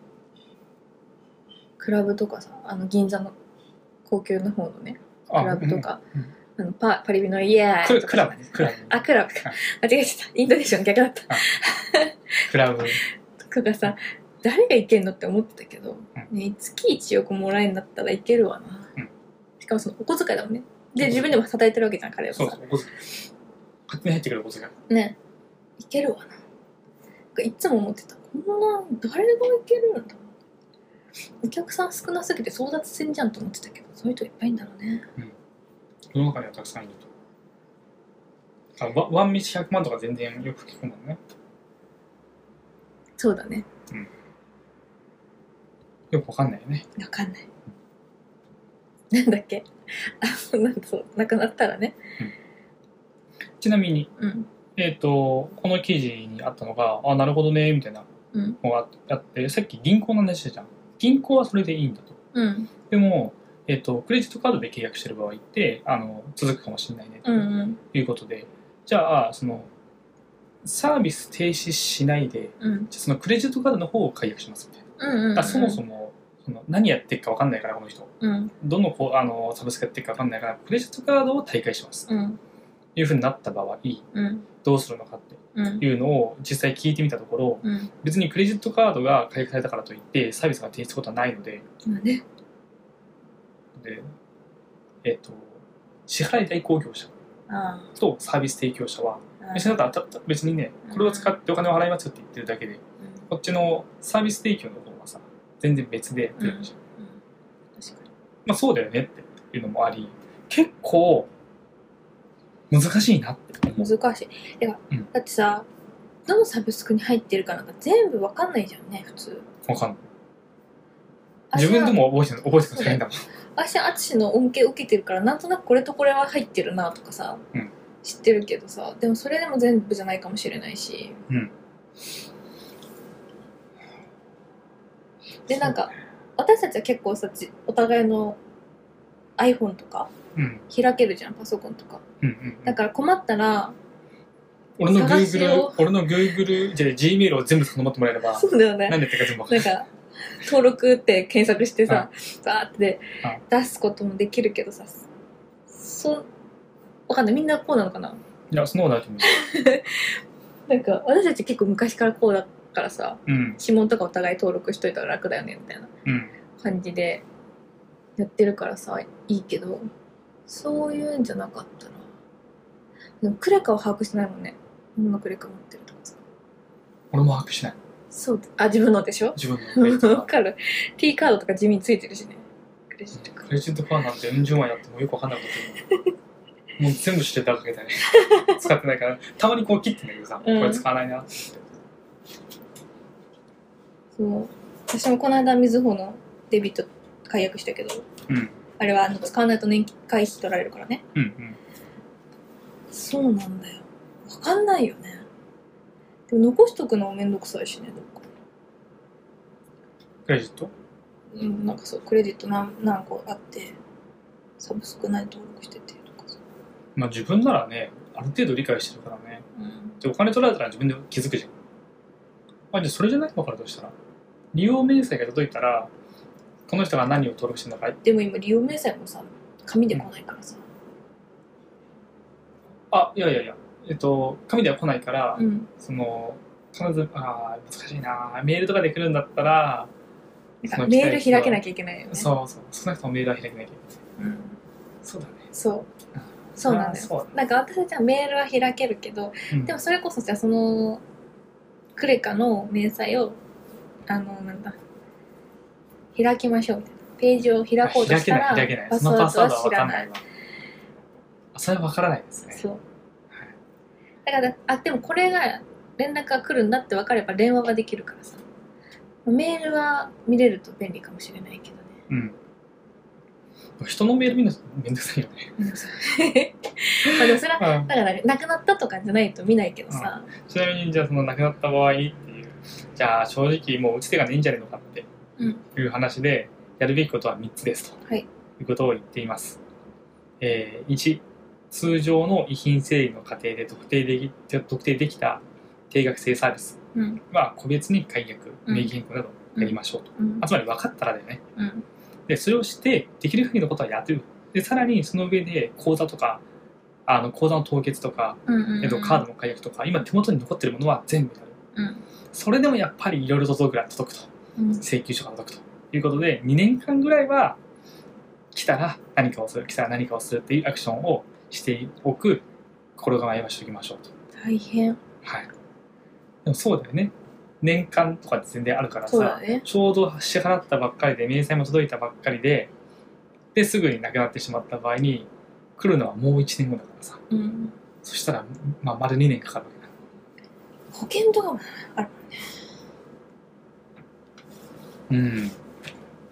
Speaker 2: クラブとかさあの銀座の高級の方のねクラブとか、
Speaker 1: うんうん
Speaker 2: あのパパリピのイエーイ
Speaker 1: クラ
Speaker 2: と
Speaker 1: ク
Speaker 2: かさ
Speaker 1: ラブねクラブ。
Speaker 2: あクラブか間違えちゃったインドネシアの逆だった
Speaker 1: クラブ。
Speaker 2: とかがさ誰がいけんのって思ってたけど、ね、月1億もらえんだったらいけるわな、
Speaker 1: うん
Speaker 2: しかもそのお小遣いだもんねで自分でも叩いてるわけじゃん彼はさ
Speaker 1: そうそう、お小遣い。勝手に入ってくるお小遣い。
Speaker 2: ねいけるわななんかいつも思ってたこんな誰がいけるんだお客さん少なすぎて争奪戦じゃんと思ってたけどそういう人いっぱいいんだろうね
Speaker 1: 世の中にはたくさんいると。あワワンミス100万とか全然よく聞くもんね。
Speaker 2: そうだね
Speaker 1: よくわかんないよね。
Speaker 2: わかんないなんだっけあなんだそうなくなったらね
Speaker 1: ちなみに、
Speaker 2: うん
Speaker 1: えっ、と、この記事にあったのが、あ、なるほどね、みたいな
Speaker 2: うん
Speaker 1: のがあって、さっき銀行の話してたじゃん。銀行はそれでいいんだと。
Speaker 2: うん
Speaker 1: でも、えっ、と、クレジットカードで契約してる場合って、あの、続くかもしれないね、
Speaker 2: うんうん
Speaker 1: ということで、じゃあ、その、サービス停止しないで、
Speaker 2: うん
Speaker 1: じゃあそのクレジットカードの方を解約しますみたいな。
Speaker 2: うんうん
Speaker 1: だからそもそも、その何やってるかわかんないから、この人。
Speaker 2: うん
Speaker 1: どのこうあのサブスクやってるかわかんないから、クレジットカードを退会します。
Speaker 2: うん
Speaker 1: いうふうになった場合、
Speaker 2: うん
Speaker 1: どうするのかって
Speaker 2: うん
Speaker 1: いうのを実際聞いてみたところ、
Speaker 2: うん
Speaker 1: 別にクレジットカードが解約されたからといって、サービスが停止することはないので、
Speaker 2: まあね
Speaker 1: でえっと、支払い代行業者
Speaker 2: あ
Speaker 1: とサービス提供者は、
Speaker 2: あ
Speaker 1: 別にあなたた別にね、これを使ってお金を払いますよって言ってるだけで、こっちのサービス提供の方はさ、全然別でやってるでしょ。
Speaker 2: うんうん確かに
Speaker 1: まあそうだよねっていうのもあり、結構難しいなって思う。
Speaker 2: 難しいてか、
Speaker 1: うん
Speaker 2: だってさどのサブスクに入ってるかなんか全部わかんないじゃんね普通
Speaker 1: わかんない。自分でも覚えてない、覚えてくれないんだもん。
Speaker 2: 私淳の恩恵受けてるからなんとなくこれとこれは入ってるなとかさ、
Speaker 1: うん
Speaker 2: 知ってるけどさでもそれでも全部じゃないかもしれないし、
Speaker 1: うん
Speaker 2: でなんか私たちは結構さじお互いの iPhone とか
Speaker 1: うん。
Speaker 2: 開けるじゃんパソコンとか
Speaker 1: うんうんう
Speaker 2: だ
Speaker 1: ん。
Speaker 2: から困ったら
Speaker 1: 俺の
Speaker 2: 探し
Speaker 1: Google
Speaker 2: よ、
Speaker 1: 俺の Google、じゃあ Gmail を全部頼まってもらえれば、
Speaker 2: そうだよね
Speaker 1: 何やってるか全部わか
Speaker 2: な
Speaker 1: る
Speaker 2: んか、登録って検索してさ、バーって
Speaker 1: はい
Speaker 2: 出すこともできるけどさ、そう、わかんない。みんなこうなのかない
Speaker 1: や、そんなことないと思
Speaker 2: なんか、私たち結構昔からこうだからさ、
Speaker 1: う。うん。
Speaker 2: 指紋とかお互い登録しといたら楽だよね、みたいな
Speaker 1: うん。
Speaker 2: 感じでやってるからさ、いいけど、そういうんじゃなかったら。でも、クレカを把握してないもんね。どんなクレカ持ってるとかさ。
Speaker 1: 俺も把握しない。
Speaker 2: そう、あ、自分のでしょ
Speaker 1: 自分
Speaker 2: わ
Speaker 1: の。
Speaker 2: かる。T カードとか地味についてるしね。クレジットカード
Speaker 1: クレジットカードなんて40万やってもよくわかんないこと言うもう全部知ってたわ けだね。使ってないから、たまにこう切ってんだけどさ、こ
Speaker 2: うん
Speaker 1: れ使わないな。
Speaker 2: そう私もこの間みずほのデビット解約したけど
Speaker 1: うん。うん
Speaker 2: あれはあの使わないと年会費取られるからね
Speaker 1: うん。
Speaker 2: そうなんだよわかんないよねでも残しとくのもめんどくさいしね、どっか。
Speaker 1: クレジット
Speaker 2: うん、なんかそう、クレジット何何個あって、サブスク内登録しててとかさ。
Speaker 1: まあ自分ならね、ある程度理解してるからね。
Speaker 2: うん。
Speaker 1: で、お金取られたら自分で気づくじゃん。あ、じゃあそれじゃないのかな、どうしたら。利用明細が届いたら、この人が何を登録してるのか、
Speaker 2: でも今、利用明細もさ、紙で来ないからさ。
Speaker 1: あ、いやいやいや、えっと、紙では来ないから、
Speaker 2: うん。
Speaker 1: その、必ず、あー難しいなメールとかで来るんだったら、
Speaker 2: なんかメール開けな
Speaker 1: き
Speaker 2: きゃいけないよね。う。
Speaker 1: そうそう、少なくともメールは開けなきゃいけない。
Speaker 2: うん、
Speaker 1: そうだね。
Speaker 2: そう。そうなんだ
Speaker 1: あー
Speaker 2: よ。
Speaker 1: そう
Speaker 2: なんか私たちはメールは開けるけど、
Speaker 1: うん
Speaker 2: でもそれこそじゃあそのクレカの明細をあのなんだ開きましょうみたいなページを開こうと
Speaker 1: 開
Speaker 2: し
Speaker 1: け
Speaker 2: た
Speaker 1: な
Speaker 2: ら
Speaker 1: い、開けない。
Speaker 2: パ
Speaker 1: そ
Speaker 2: スワ
Speaker 1: のパ
Speaker 2: ー
Speaker 1: ス
Speaker 2: ド
Speaker 1: ワー
Speaker 2: は
Speaker 1: ドは分
Speaker 2: 知
Speaker 1: からん
Speaker 2: な
Speaker 1: ない
Speaker 2: い
Speaker 1: わ。あそれは分からないですね。
Speaker 2: そう
Speaker 1: はい
Speaker 2: だからあでもこれが連絡が来るんだって分かれば電話はできるからさメールは見れると便利かもしれないけどね
Speaker 1: うん。人のメール見るのめんどくさいよね。
Speaker 2: うんそう まあでもそれはだからねなくなったとかじゃないと見ないけどさ、
Speaker 1: ちなみに、じゃあその亡くなった場合にっていう、じゃあ正直もう打ち手がないんじゃねえのかって
Speaker 2: うん
Speaker 1: いう話で、やるべきことは3つですと、
Speaker 2: はい
Speaker 1: いうことを言っています。えー、1、通常の遺品整理の過程で特定でき特定できた定額制サービス
Speaker 2: うん
Speaker 1: は個別に解約、
Speaker 2: うん
Speaker 1: 名義変更などやりましょうと。
Speaker 2: うん
Speaker 1: あつまり分かったらだよね。
Speaker 2: うん
Speaker 1: で、それをして、できる限りのことはやってる。で、さらにその上で、口座とか、あの、口座の凍結とか、
Speaker 2: うんうんうん
Speaker 1: えっと、カードの解約とか、今手元に残ってるものは全部やる。
Speaker 2: うん
Speaker 1: それでもやっぱりいろいろ届くらい届くと。
Speaker 2: うん
Speaker 1: 請求書が届くと。いうことで、2年間ぐらいは、来たら何かをする、来たら何かをするっていうアクションをしておく、心構えはしておきましょうと。
Speaker 2: 大変
Speaker 1: はい。でもそうだよね。年間とかって全然あるからさ、
Speaker 2: そうだね
Speaker 1: ちょうど支払ったばっかりで、明細も届いたばっかりで、で、すぐになくなってしまった場合に、来るのはもう1年後だからさ。
Speaker 2: うん
Speaker 1: そしたら、まあ、丸2年かかるわけだ。
Speaker 2: 保険とかもある
Speaker 1: うん。
Speaker 2: い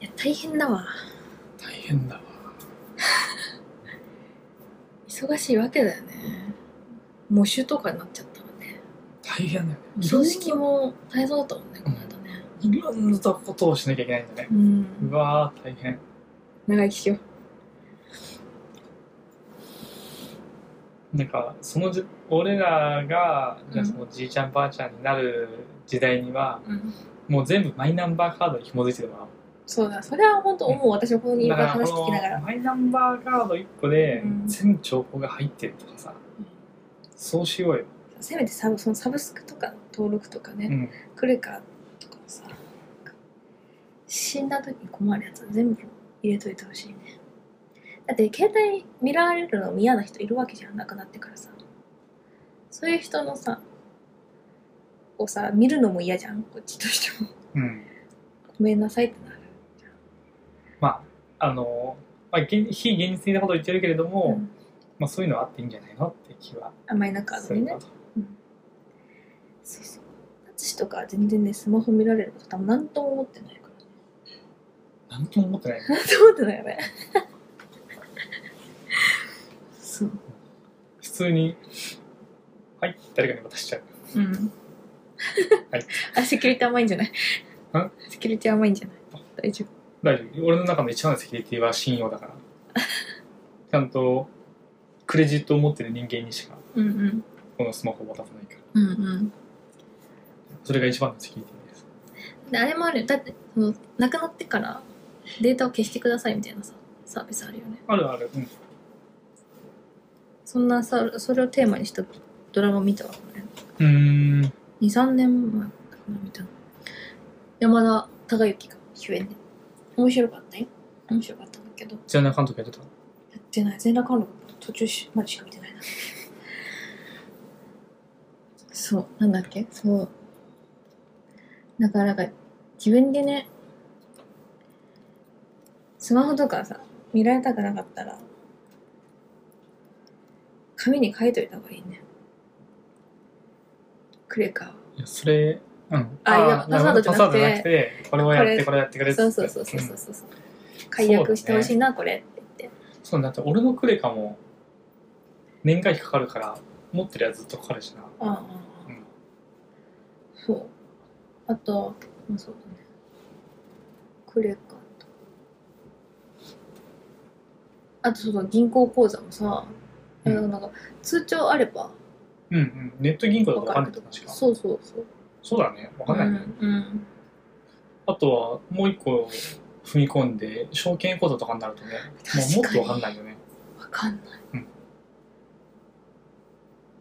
Speaker 2: や大変だわ
Speaker 1: 大変だわ。
Speaker 2: 忙しいわけだよね喪主とかになっちゃったもんね
Speaker 1: 大変だよね。
Speaker 2: 葬式も大変そうだったもんねこの間ね
Speaker 1: いろんなことをしなきゃいけないんだね。
Speaker 2: う
Speaker 1: うんわー、大変。
Speaker 2: 長生きしよ
Speaker 1: なんか、そのじ、俺らが、じゃあ
Speaker 2: うん
Speaker 1: そのじいちゃんばあちゃんになる時代には、
Speaker 2: う、うん、
Speaker 1: もう全部マイナンバーカードに紐づいてもらおう。
Speaker 2: そうだそれは本当思う私もここにいっ
Speaker 1: だ
Speaker 2: ぱい
Speaker 1: から
Speaker 2: 話聞
Speaker 1: こ
Speaker 2: きなが
Speaker 1: の
Speaker 2: ら
Speaker 1: マイナンバーカード1個で
Speaker 2: うん
Speaker 1: 全部情報が入ってるとかさ、そうしようよ、
Speaker 2: せめてサブそのサブスクとか登録とか
Speaker 1: う
Speaker 2: ね、
Speaker 1: ん、
Speaker 2: クレカとかさ死んだ時に困るやつは全部入れといてほしいねだって携帯見られるの嫌な人いるわけじゃんなくなってからさそういう人のさをさ見るのも嫌じゃんこっちとしても
Speaker 1: うん、
Speaker 2: ごめんなさいってなる
Speaker 1: まああの、まあ、現非現実的なことを言ってるけれども、
Speaker 2: うん
Speaker 1: まあ、そういうのはあっていいんじゃないのって気は
Speaker 2: あマイナカー
Speaker 1: す
Speaker 2: ド
Speaker 1: る
Speaker 2: に
Speaker 1: な
Speaker 2: ね
Speaker 1: と、
Speaker 2: そうそう淳とかは全然ねスマホ見られること多分何とも思ってないから
Speaker 1: なんとも思ってない
Speaker 2: 何とも思ってないよねそう
Speaker 1: 普通にはい誰かに渡しちゃう
Speaker 2: うん。
Speaker 1: はい
Speaker 2: あ、セキュリティ甘いんじゃない
Speaker 1: ん
Speaker 2: セキュリティ甘いんじゃない大丈夫。
Speaker 1: 大丈夫俺の中の一番のセキュリティは信用だからちゃんとクレジットを持ってる人間にしか
Speaker 2: うんうん。
Speaker 1: このスマホを渡さないから
Speaker 2: うんうん。
Speaker 1: それが一番のセキュリティです
Speaker 2: で、あれもあるよ。だって、その、なくなってからデータを消してくださいみたいなさ、サービスあるよね。
Speaker 1: あるある、うん、
Speaker 2: そんなさ、それをテーマにしたドラマ見たわ、これ。
Speaker 1: うーん
Speaker 2: 2、3年前かな、見たの。山田孝之が主演で。面白かったよ。面白かったんだけど。
Speaker 1: 全裸監督やってた
Speaker 2: やってない全裸監督途中しまでしか見てないなそうなんだっけそうだからなんか自分でねスマホとかさ見られたくなかったら紙に書いといた方がいいねクレカ
Speaker 1: いや、それ、うん。
Speaker 2: あいや
Speaker 1: ーなるほど
Speaker 2: パ
Speaker 1: パ
Speaker 2: ス
Speaker 1: ス
Speaker 2: ワ
Speaker 1: ワード
Speaker 2: ードじ
Speaker 1: じ
Speaker 2: ゃ
Speaker 1: ゃ
Speaker 2: な
Speaker 1: な
Speaker 2: く
Speaker 1: く
Speaker 2: て
Speaker 1: て、これをやって、これをやってくれっつ
Speaker 2: そ
Speaker 1: っ
Speaker 2: う
Speaker 1: て
Speaker 2: そうそうそうそうんそうそう解約してほしいな、これって言って
Speaker 1: そうだって、俺のクレカも、年会費かかるから、持ってるやつずっとかかるしな。
Speaker 2: うんうんうん
Speaker 1: うん
Speaker 2: そう。あと、まあそうだね。クレカと。あと、その銀行口座もさ、
Speaker 1: うん
Speaker 2: あのなんか通帳あれば
Speaker 1: うんうん。ネット銀行だと分
Speaker 2: わか
Speaker 1: かん
Speaker 2: る
Speaker 1: ない
Speaker 2: け
Speaker 1: 確
Speaker 2: ど。
Speaker 1: か。
Speaker 2: そうそうそう。
Speaker 1: そうだね。分かんないね。
Speaker 2: うん、うん。
Speaker 1: あとは、もう一個踏み込んで、証券口座とかになるとね、もうもっ
Speaker 2: 確か
Speaker 1: と
Speaker 2: に
Speaker 1: 分かんないよね。
Speaker 2: わかんない。
Speaker 1: うん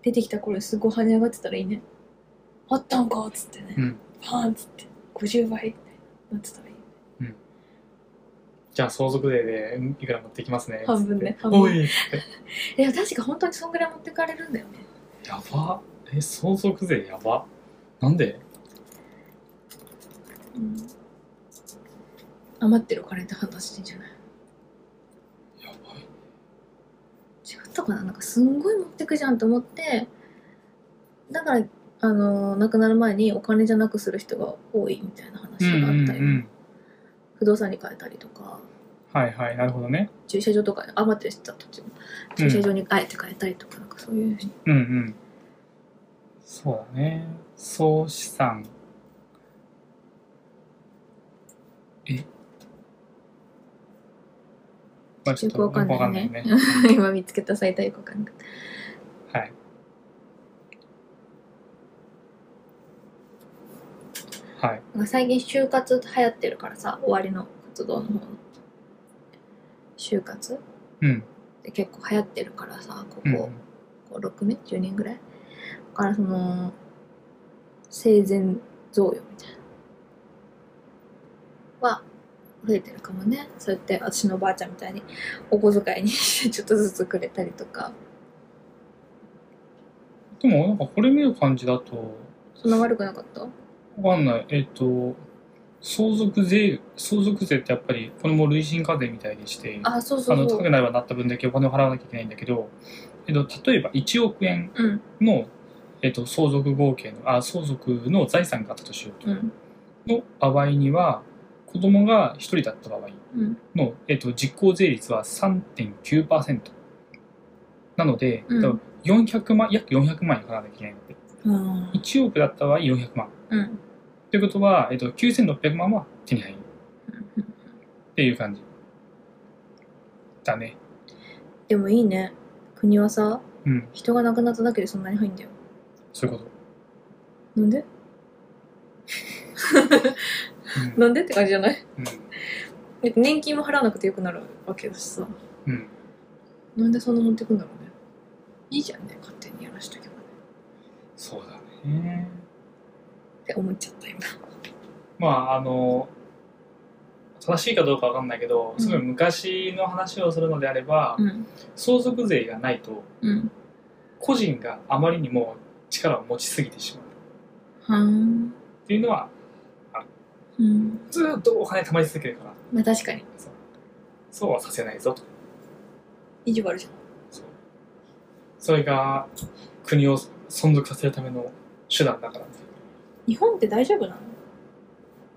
Speaker 2: 出てきた頃すごい跳ね上がってたらいいね。あったんかっつってね。
Speaker 1: うん。
Speaker 2: パーンっつって。50倍ってなってたらいい。
Speaker 1: じゃあ相続税でうんいくら持ってきますね。
Speaker 2: 半分
Speaker 1: つ
Speaker 2: ね
Speaker 1: って
Speaker 2: 半分
Speaker 1: おいっつって。
Speaker 2: いや、確か本当にそんぐらい持ってかれるんだよね。
Speaker 1: やば。え、相続税やば。なんで
Speaker 2: うん。余ってるお金って話してんじゃない
Speaker 1: やばい。
Speaker 2: 違ったかななんかすんごい持ってくじゃんと思ってだからあの亡くなる前にお金じゃなくする人が多いみたいな話があったり、
Speaker 1: うんうんうん
Speaker 2: 不動産に変えたりとか
Speaker 1: はいはい、なるほどね。
Speaker 2: 駐車場とか余ってた土地も駐車場にあえて変えたりとか、なんかそういう
Speaker 1: うんうん。そうだね。総資産。えまあちょっと
Speaker 2: よくわかんない
Speaker 1: よ
Speaker 2: ね
Speaker 1: くわかんない ね
Speaker 2: 今見つけたサイトよくわかんなかった
Speaker 1: はい。はい。
Speaker 2: なんか最近就活流行ってるからさ終わりの活動の方の就活
Speaker 1: うん。
Speaker 2: で結構流行ってるからさここ、
Speaker 1: うん。
Speaker 2: こう6年10年ぐらいだからその生前贈与みたいなは増えてるかもねそうやって私のおばあちゃんみたいにお小遣いに ちょっとずつくれたりとか
Speaker 1: でもなんかこれ見る感じだと、
Speaker 2: そんな悪くなかった
Speaker 1: わかんない。えっ、と、相続税、相続税ってやっぱりこれも累進課税みたいにして、
Speaker 2: あそうそ
Speaker 1: あ
Speaker 2: う
Speaker 1: の
Speaker 2: そ
Speaker 1: 高
Speaker 2: う
Speaker 1: くなればなった分だけお金を払わなきゃいけないんだけど、えっと、例えば1億円
Speaker 2: うん
Speaker 1: の、えっと、相続合計のあ相続の財産があったとしようと、
Speaker 2: うん
Speaker 1: の場合には子供が1人だった場合
Speaker 2: うん
Speaker 1: の、えっと、実効税率は3.9%なので、
Speaker 2: うん
Speaker 1: 多分400万約400万円払わなきゃいけないので
Speaker 2: うん
Speaker 1: 1億だった場合400万
Speaker 2: うん
Speaker 1: ということは、えっと、9600万は手に入る
Speaker 2: うん
Speaker 1: っていう感じだね
Speaker 2: でもいいね国はさ
Speaker 1: うん
Speaker 2: 人が亡くなっただけでそんなに入んだよ
Speaker 1: そういうこと
Speaker 2: なんで
Speaker 1: うん
Speaker 2: なんでって感じじゃない
Speaker 1: うん
Speaker 2: だって年金も払わなくてよくなるわけだしさ
Speaker 1: うん
Speaker 2: なんでそんな持ってくんだろうね。いいじゃんね、勝手にやらしとけばね。
Speaker 1: そうだね
Speaker 2: って思っちゃった、今。
Speaker 1: まああの正しいかどうかわかんないけど
Speaker 2: うん
Speaker 1: すごい昔の話をするのであれば、
Speaker 2: うん。
Speaker 1: 相続税がないと
Speaker 2: うん。
Speaker 1: 個人があまりにも力を持ちすぎてしまう
Speaker 2: はん。
Speaker 1: っていうのは
Speaker 2: うん。
Speaker 1: ずっとお金貯まり続けるから
Speaker 2: まあ確かに。
Speaker 1: そうはさせないぞと
Speaker 2: 意地悪じゃん。
Speaker 1: そうそれが国を存続させるための手段だから
Speaker 2: 日本って大丈夫なの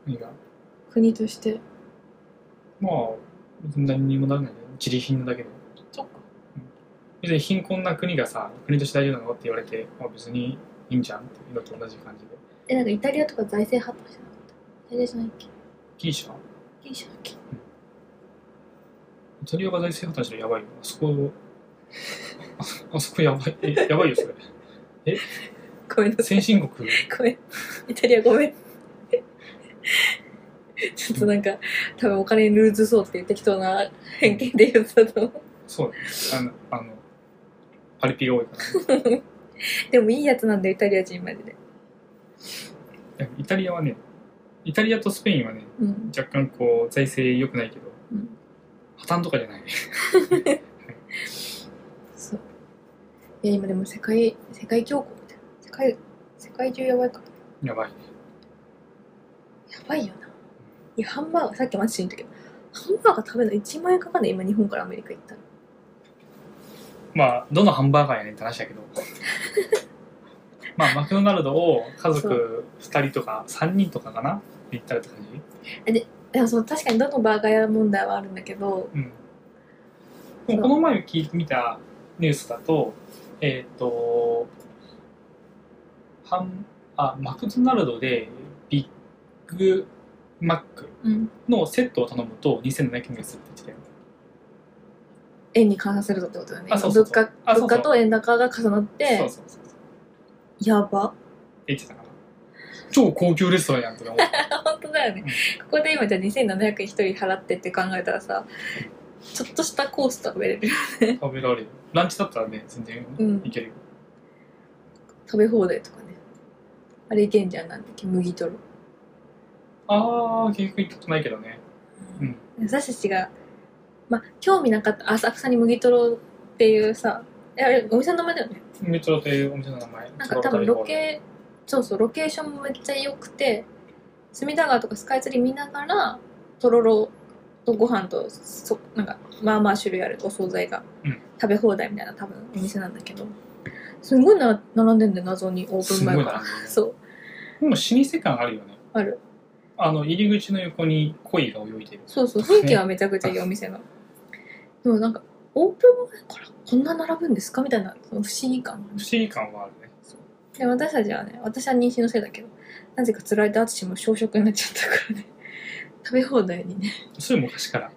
Speaker 1: 国が
Speaker 2: 国として。
Speaker 1: まあ何にもならないよ自利品なだけで
Speaker 2: そっか。
Speaker 1: 別に貧困な国がさ国として大丈夫なのって言われて、まあ、別にいいんじゃんっていうのと同じ感じで
Speaker 2: え、なんかイタリアとか財政破綻してなかった。イタリアじゃないっけ
Speaker 1: ギリシャ
Speaker 2: ギリシャだっけ
Speaker 1: イタリアが財政破綻したらやばいよ。あそこ、ああそこやばい。え、やばいよ、それ。
Speaker 2: ごめんなさい。
Speaker 1: 先進国。
Speaker 2: ごめん。イタリアご めん。ちょっとなんか、多分お金ルーズそうっていう適当な偏見で言ったと思う。
Speaker 1: そうだね。あの、あのパリピが多いからね、
Speaker 2: でもいいやつなんだよ、イタリア人マジで。
Speaker 1: いやイタリアはね、イタリアとスペインはね、
Speaker 2: うん。
Speaker 1: 若干こう、財政良くないけど、
Speaker 2: うん。
Speaker 1: 破綻とかじゃない。
Speaker 2: そう。いや、今でも世界、世界恐慌みたいな。世界、世界中やばいから。
Speaker 1: やばいね。
Speaker 2: やばいよな。いや、ハンバーガー、さっきマジで言ったけど、ハンバーガー食べるの1万円かかんない。今、日本からアメリカ行ったら。
Speaker 1: まあ、どのハンバーガーやねんって話だ けど。まあ、マクドナルドを家
Speaker 2: そ
Speaker 1: 族2人とか3人とかかなで行ったらって感じ
Speaker 2: でもその確かにどのバーガー屋問題はあるんだけど、
Speaker 1: うん、でもこの前聞いてみたニュースだと、えっ、と、ハン、あマクドナルドでビッグマック
Speaker 2: うん。
Speaker 1: のセットを頼むと2700円ぐらいするって言ってたよ
Speaker 2: 円に換算するとってことだよね。
Speaker 1: あそうそうそう
Speaker 2: 物
Speaker 1: あ
Speaker 2: 価、
Speaker 1: そうそう
Speaker 2: 物価と円高が重なって、
Speaker 1: そうそうそうそう
Speaker 2: やば。
Speaker 1: 言ってたから超高級レストランやんとか思って
Speaker 2: 本当だよね。ここで今じゃあ2700円一人払ってって考えたらさ、ちょっとしたコース食べれる。
Speaker 1: 食べられるランチだったらね全然
Speaker 2: うん
Speaker 1: いけるよ、
Speaker 2: 食べ放題とかね。あれいけんじゃん、なんだっけ、麦とろ。
Speaker 1: ああ結局行ったことないけどねうん
Speaker 2: 私たちが、まあ、興味なかった浅草に麦とろっていうさ、えあれ、お店の名前だよね。
Speaker 1: メトロというお店の名前
Speaker 2: なんか多分ロケ、そうそう、ロケーションもめっちゃ良くて、隅田川とかスカイツリー見ながら、とろろとご飯と、そなんか、まあまあ種類あるお惣菜が、
Speaker 1: うん
Speaker 2: 食べ放題みたいな多分お店なんだけど、すごいな並んでんだよ、謎にオープ
Speaker 1: す
Speaker 2: ン
Speaker 1: ごい
Speaker 2: 前
Speaker 1: な
Speaker 2: から。そう、
Speaker 1: でも老舗感あるよね
Speaker 2: ある。
Speaker 1: あの入り口の横に鯉が泳いでる
Speaker 2: そうそう、雰囲気はめちゃくちゃいいお店の。でもなんか、オープン前からこんな並ぶんですかみたいな、その不思議感
Speaker 1: 不思議感はあるね
Speaker 2: で私たちはね私は妊娠のせいだけどなぜかつらいと淳も小食になっちゃったからね 食べ放題にね
Speaker 1: それ昔から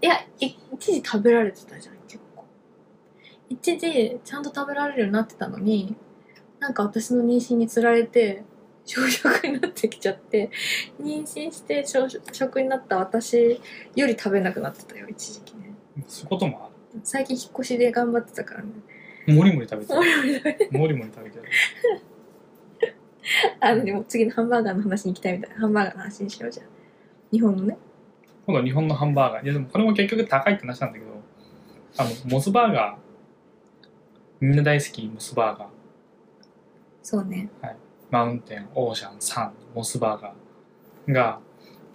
Speaker 2: いやい一時食べられてたじゃん結構一時ちゃんと食べられるようになってたのになんか私の妊娠につられて小食になってきちゃって妊娠して小食になった私より食べなくなってたよ一時期ね
Speaker 1: そういうこともあ
Speaker 2: 最近引っ越しで頑張って たからね
Speaker 1: るもりもり食べて
Speaker 2: も
Speaker 1: る
Speaker 2: りもり食べ
Speaker 1: もりもり食べてる
Speaker 2: あのでも次のハンバーガーの話に行きたいみたいなハンバーガーの話にしようじゃん日本のね
Speaker 1: 今度は日本のハンバーガーいやでもこれも結局高いって話なんだけどあのモスバーガーみんな大好きモスバーガー
Speaker 2: そうね。
Speaker 1: マウンテンオーシャンサンモスバーガーが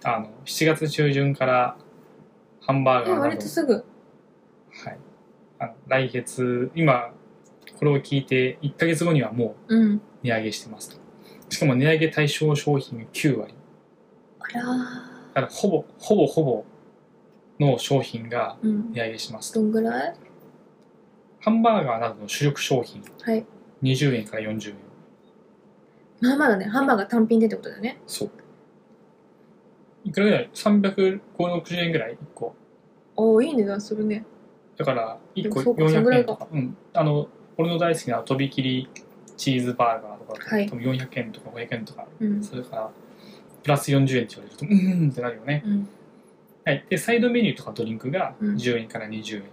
Speaker 1: あの7月中旬からハンバー
Speaker 2: え、
Speaker 1: ガーな
Speaker 2: 割
Speaker 1: ど
Speaker 2: とすぐ。
Speaker 1: はい、あの来月今これを聞いて1ヶ月後にはも
Speaker 2: うん
Speaker 1: う。値上げしてますとしかも値上げ対象商品9割
Speaker 2: あらー。
Speaker 1: だからほぼほぼほぼの商品が
Speaker 2: うん。
Speaker 1: 値上げしますと
Speaker 2: どんぐらい
Speaker 1: ハンバーガーなどの主力商品
Speaker 2: はい。
Speaker 1: 20円から40円
Speaker 2: まあまだね、ハンバーガー単品でってことだよね。
Speaker 1: そういくらぐらい350 60円ぐらい1個
Speaker 2: おおいい値段するね。
Speaker 1: だから1個
Speaker 2: でもそうかそん
Speaker 1: 400
Speaker 2: ぐら
Speaker 1: 円
Speaker 2: いか
Speaker 1: とかうん、あの俺の大好きなとびきりチーズバーガーとかだと、
Speaker 2: はい
Speaker 1: 多分400円とか500円とか
Speaker 2: うん。
Speaker 1: それから、プラス40円って言われると、うーんってなるよね。
Speaker 2: うん。
Speaker 1: はい。で、サイドメニューとかドリンクが
Speaker 2: うん
Speaker 1: 10円から20円、
Speaker 2: っ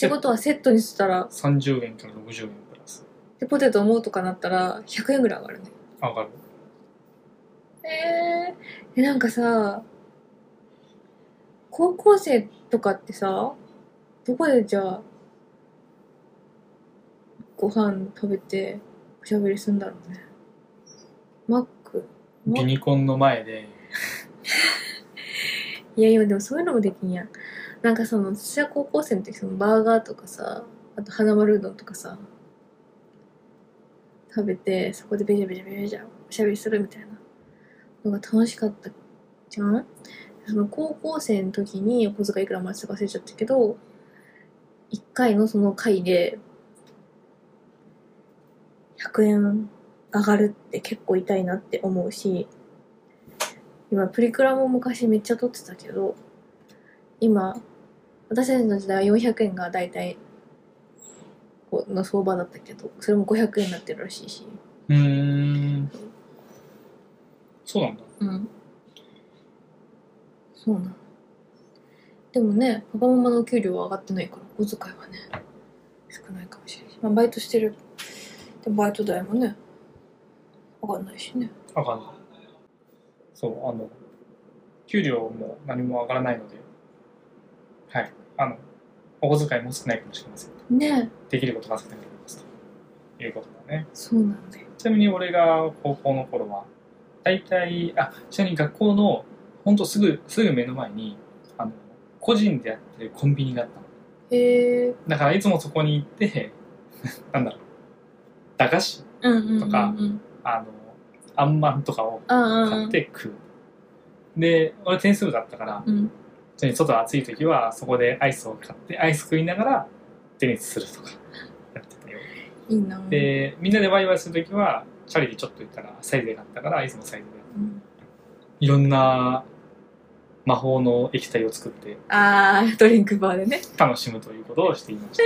Speaker 2: てことはセットにしたら、
Speaker 1: 30円から60円プラス。
Speaker 2: で、ポテト思うとかなったら、100円ぐらい上がるね。
Speaker 1: あ、わかる。
Speaker 2: えー、え、なんかさ、高校生とかってさ、どこでじゃあ、ご飯食べて、おしゃべりするんだろうね。マック
Speaker 1: ビニコンの前で、
Speaker 2: いやいや、でもそういうのもできんやん。なんかその、私は高校生の時、そのバーガーとかさ、あと花丸うどんとかさ、食べて、そこでベジャベジャベジャベジャおしゃべりするみたいなのが楽しかったじゃんその高校生の時にお小遣いいくらもらってたか忘れちゃったけど、一回のその回で、100円上がるって結構痛いなって思うし、今プリクラも昔めっちゃ撮ってたけど今私たちの時代は400円が大体こうの相場だったけどそれも500円になってるらしいし、
Speaker 1: うーん。そうなんだ。
Speaker 2: うん、そうなのでもねパパママのお給料は上がってないからお小遣いはね少ないかもしれないし、まあ、バイトしてるでもバイト代もね上がんないしね
Speaker 1: わかんない。そう、あの、給料も何も上がらないので、はい。あの、お小遣いも少ないかもしれません。
Speaker 2: ね
Speaker 1: できることが少なくなりますということだね。
Speaker 2: そうなんだよ
Speaker 1: ちなみに俺が高校の頃は、大体、あ、ちなみに学校の、ほんとすぐ、すぐ目の前に、あの、個人でやってるコンビニがあったの。
Speaker 2: へえ
Speaker 1: だからいつもそこに行って、 なんだろう、駄菓子
Speaker 2: うんうんうん、うん、
Speaker 1: とかあの、あんまんとかを
Speaker 2: ああああ
Speaker 1: 買って食う。で、俺点数だったから、
Speaker 2: うん
Speaker 1: 普通に外暑い時はそこでアイスを買って、アイス食いながらテニスするとか、やってたよ。
Speaker 2: いいな。
Speaker 1: でみんなでワイワイするときはチャリでちょっと行ったらサイズで買ったからいつもサイズで
Speaker 2: うん
Speaker 1: いろんな魔法の液体を作って
Speaker 2: あー、ドリンクバーでね。
Speaker 1: 楽しむということをしていました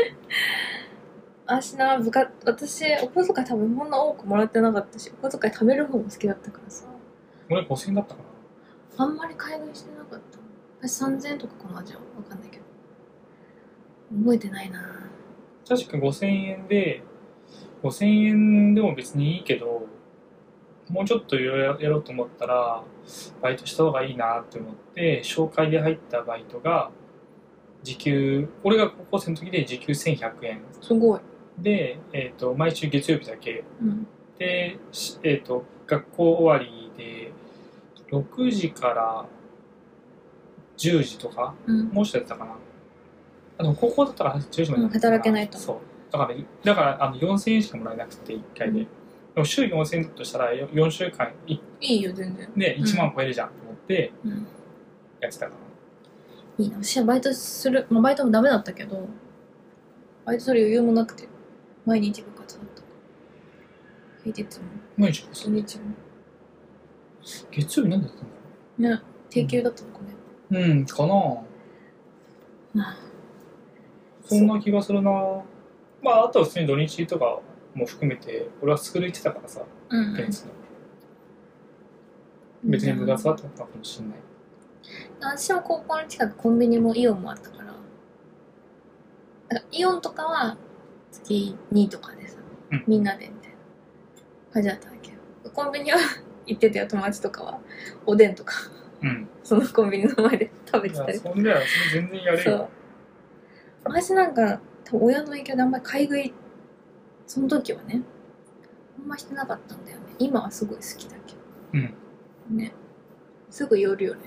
Speaker 2: 私な、部活、私、お小遣い多分そんな多くもらってなかったし、お小遣い貯める方も好きだったからさ。
Speaker 1: 俺5000円だったかな
Speaker 2: あんまり買い食いしてなかった。私3000円とかかな、じゃあ。わかんないけど。覚えてないな。
Speaker 1: 確か5000円で5000円でも別にいいけどもうちょっといろいろやろうと思ったらバイトした方がいいなって思って紹介で入ったバイトが時給俺が高校生の時で時給1100円
Speaker 2: すごい。
Speaker 1: で、えー、と毎週月曜日だけ
Speaker 2: うん。
Speaker 1: で、しえー、と学校終わりで6時から10時とか
Speaker 2: うん。
Speaker 1: もうちょっとやってたかなあの高校だったら10時までやってた
Speaker 2: うん働けないと
Speaker 1: そうだからだからあの4000円しかもらえなくて1回で、
Speaker 2: うん
Speaker 1: でも週4000円だとしたらよ4週間い
Speaker 2: いいよ、全然。
Speaker 1: で1万超えるじゃんと思って
Speaker 2: うん。
Speaker 1: やってたから、
Speaker 2: いいな。私はバイトする、まあ、バイトもダメだったけど、バイトする余裕もなくて、毎日部活だったから。平日も、
Speaker 1: 毎日
Speaker 2: 土日も。
Speaker 1: 月曜日何だったの
Speaker 2: ね、定休だったのかね。
Speaker 1: うんかな
Speaker 2: まあ、
Speaker 1: そんな気がするなまああとは普通に土日とかも含めて俺はスクール行ってたからさ
Speaker 2: うん
Speaker 1: ベンツの別に部活だったのかもしれない
Speaker 2: 私は高校の近くコンビニもイオンもあったからだからイオンとかは月2とかでさ、
Speaker 1: うん
Speaker 2: みんなでみたいな感じだったんだけどコンビニは行ってたよ友達とかはおでんとか
Speaker 1: うん
Speaker 2: そのコンビニの前で食べ
Speaker 1: い
Speaker 2: て
Speaker 1: や
Speaker 2: たり
Speaker 1: そんな全然やれる
Speaker 2: そう
Speaker 1: よ
Speaker 2: 私なんか多分親の影響であんまり買い食いその時はねあんましてなかったんだよね今はすごい好きだけ
Speaker 1: うん
Speaker 2: どねすぐ寄るよね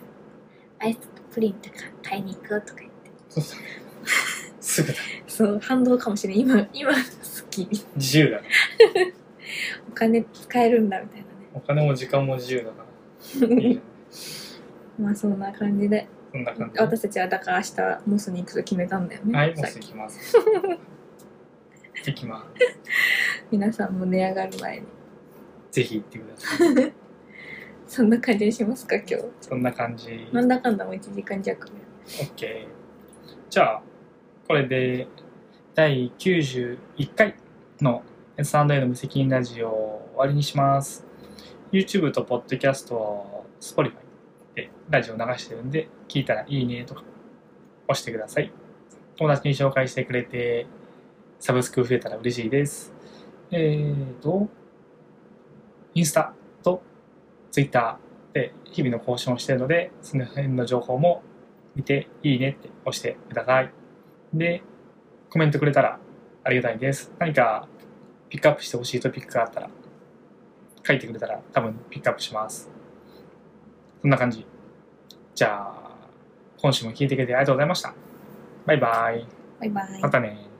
Speaker 2: アイスとかプリンとか買いに行くとか言って
Speaker 1: そうそうすぐだ
Speaker 2: そう反動かもしれない今今好き
Speaker 1: 自由だから
Speaker 2: お金使えるんだみたいなね
Speaker 1: お金も時間も自由だから。いいじゃん
Speaker 2: まあそんな感じで
Speaker 1: そんな感じ。
Speaker 2: 私たちはだから明日モスに行くと決めたんだよね、
Speaker 1: はい、もう
Speaker 2: さっ
Speaker 1: す
Speaker 2: き
Speaker 1: ぐ行き ます。行きます。
Speaker 2: 皆さんも値上がる前に
Speaker 1: ぜひ行ってください。
Speaker 2: そんな感じにしますか今日
Speaker 1: そんな感じ。
Speaker 2: なんだかんだもう1時間弱ぐらい
Speaker 1: OK。じゃあ、これで第91回の S&A の無責任ラジオを終わりにします。YouTube と Podcast を Spotify でラジオ流してるんで、聞いたらいいねとか押してください。友達に紹介してくれて、サブスク増えたら嬉しいです。えーと、インスタと Twitter で日々の更新をしてるので、その辺の情報も見て、いいねって押してください。で、コメントくれたらありがたいです。何かピックアップしてほしいトピックがあったら、書いてくれたら多分ピックアップします。そんな感じ。じゃあ、今週も聞いてくれてありがとうございました。バイバイ。
Speaker 2: バイバイ
Speaker 1: またね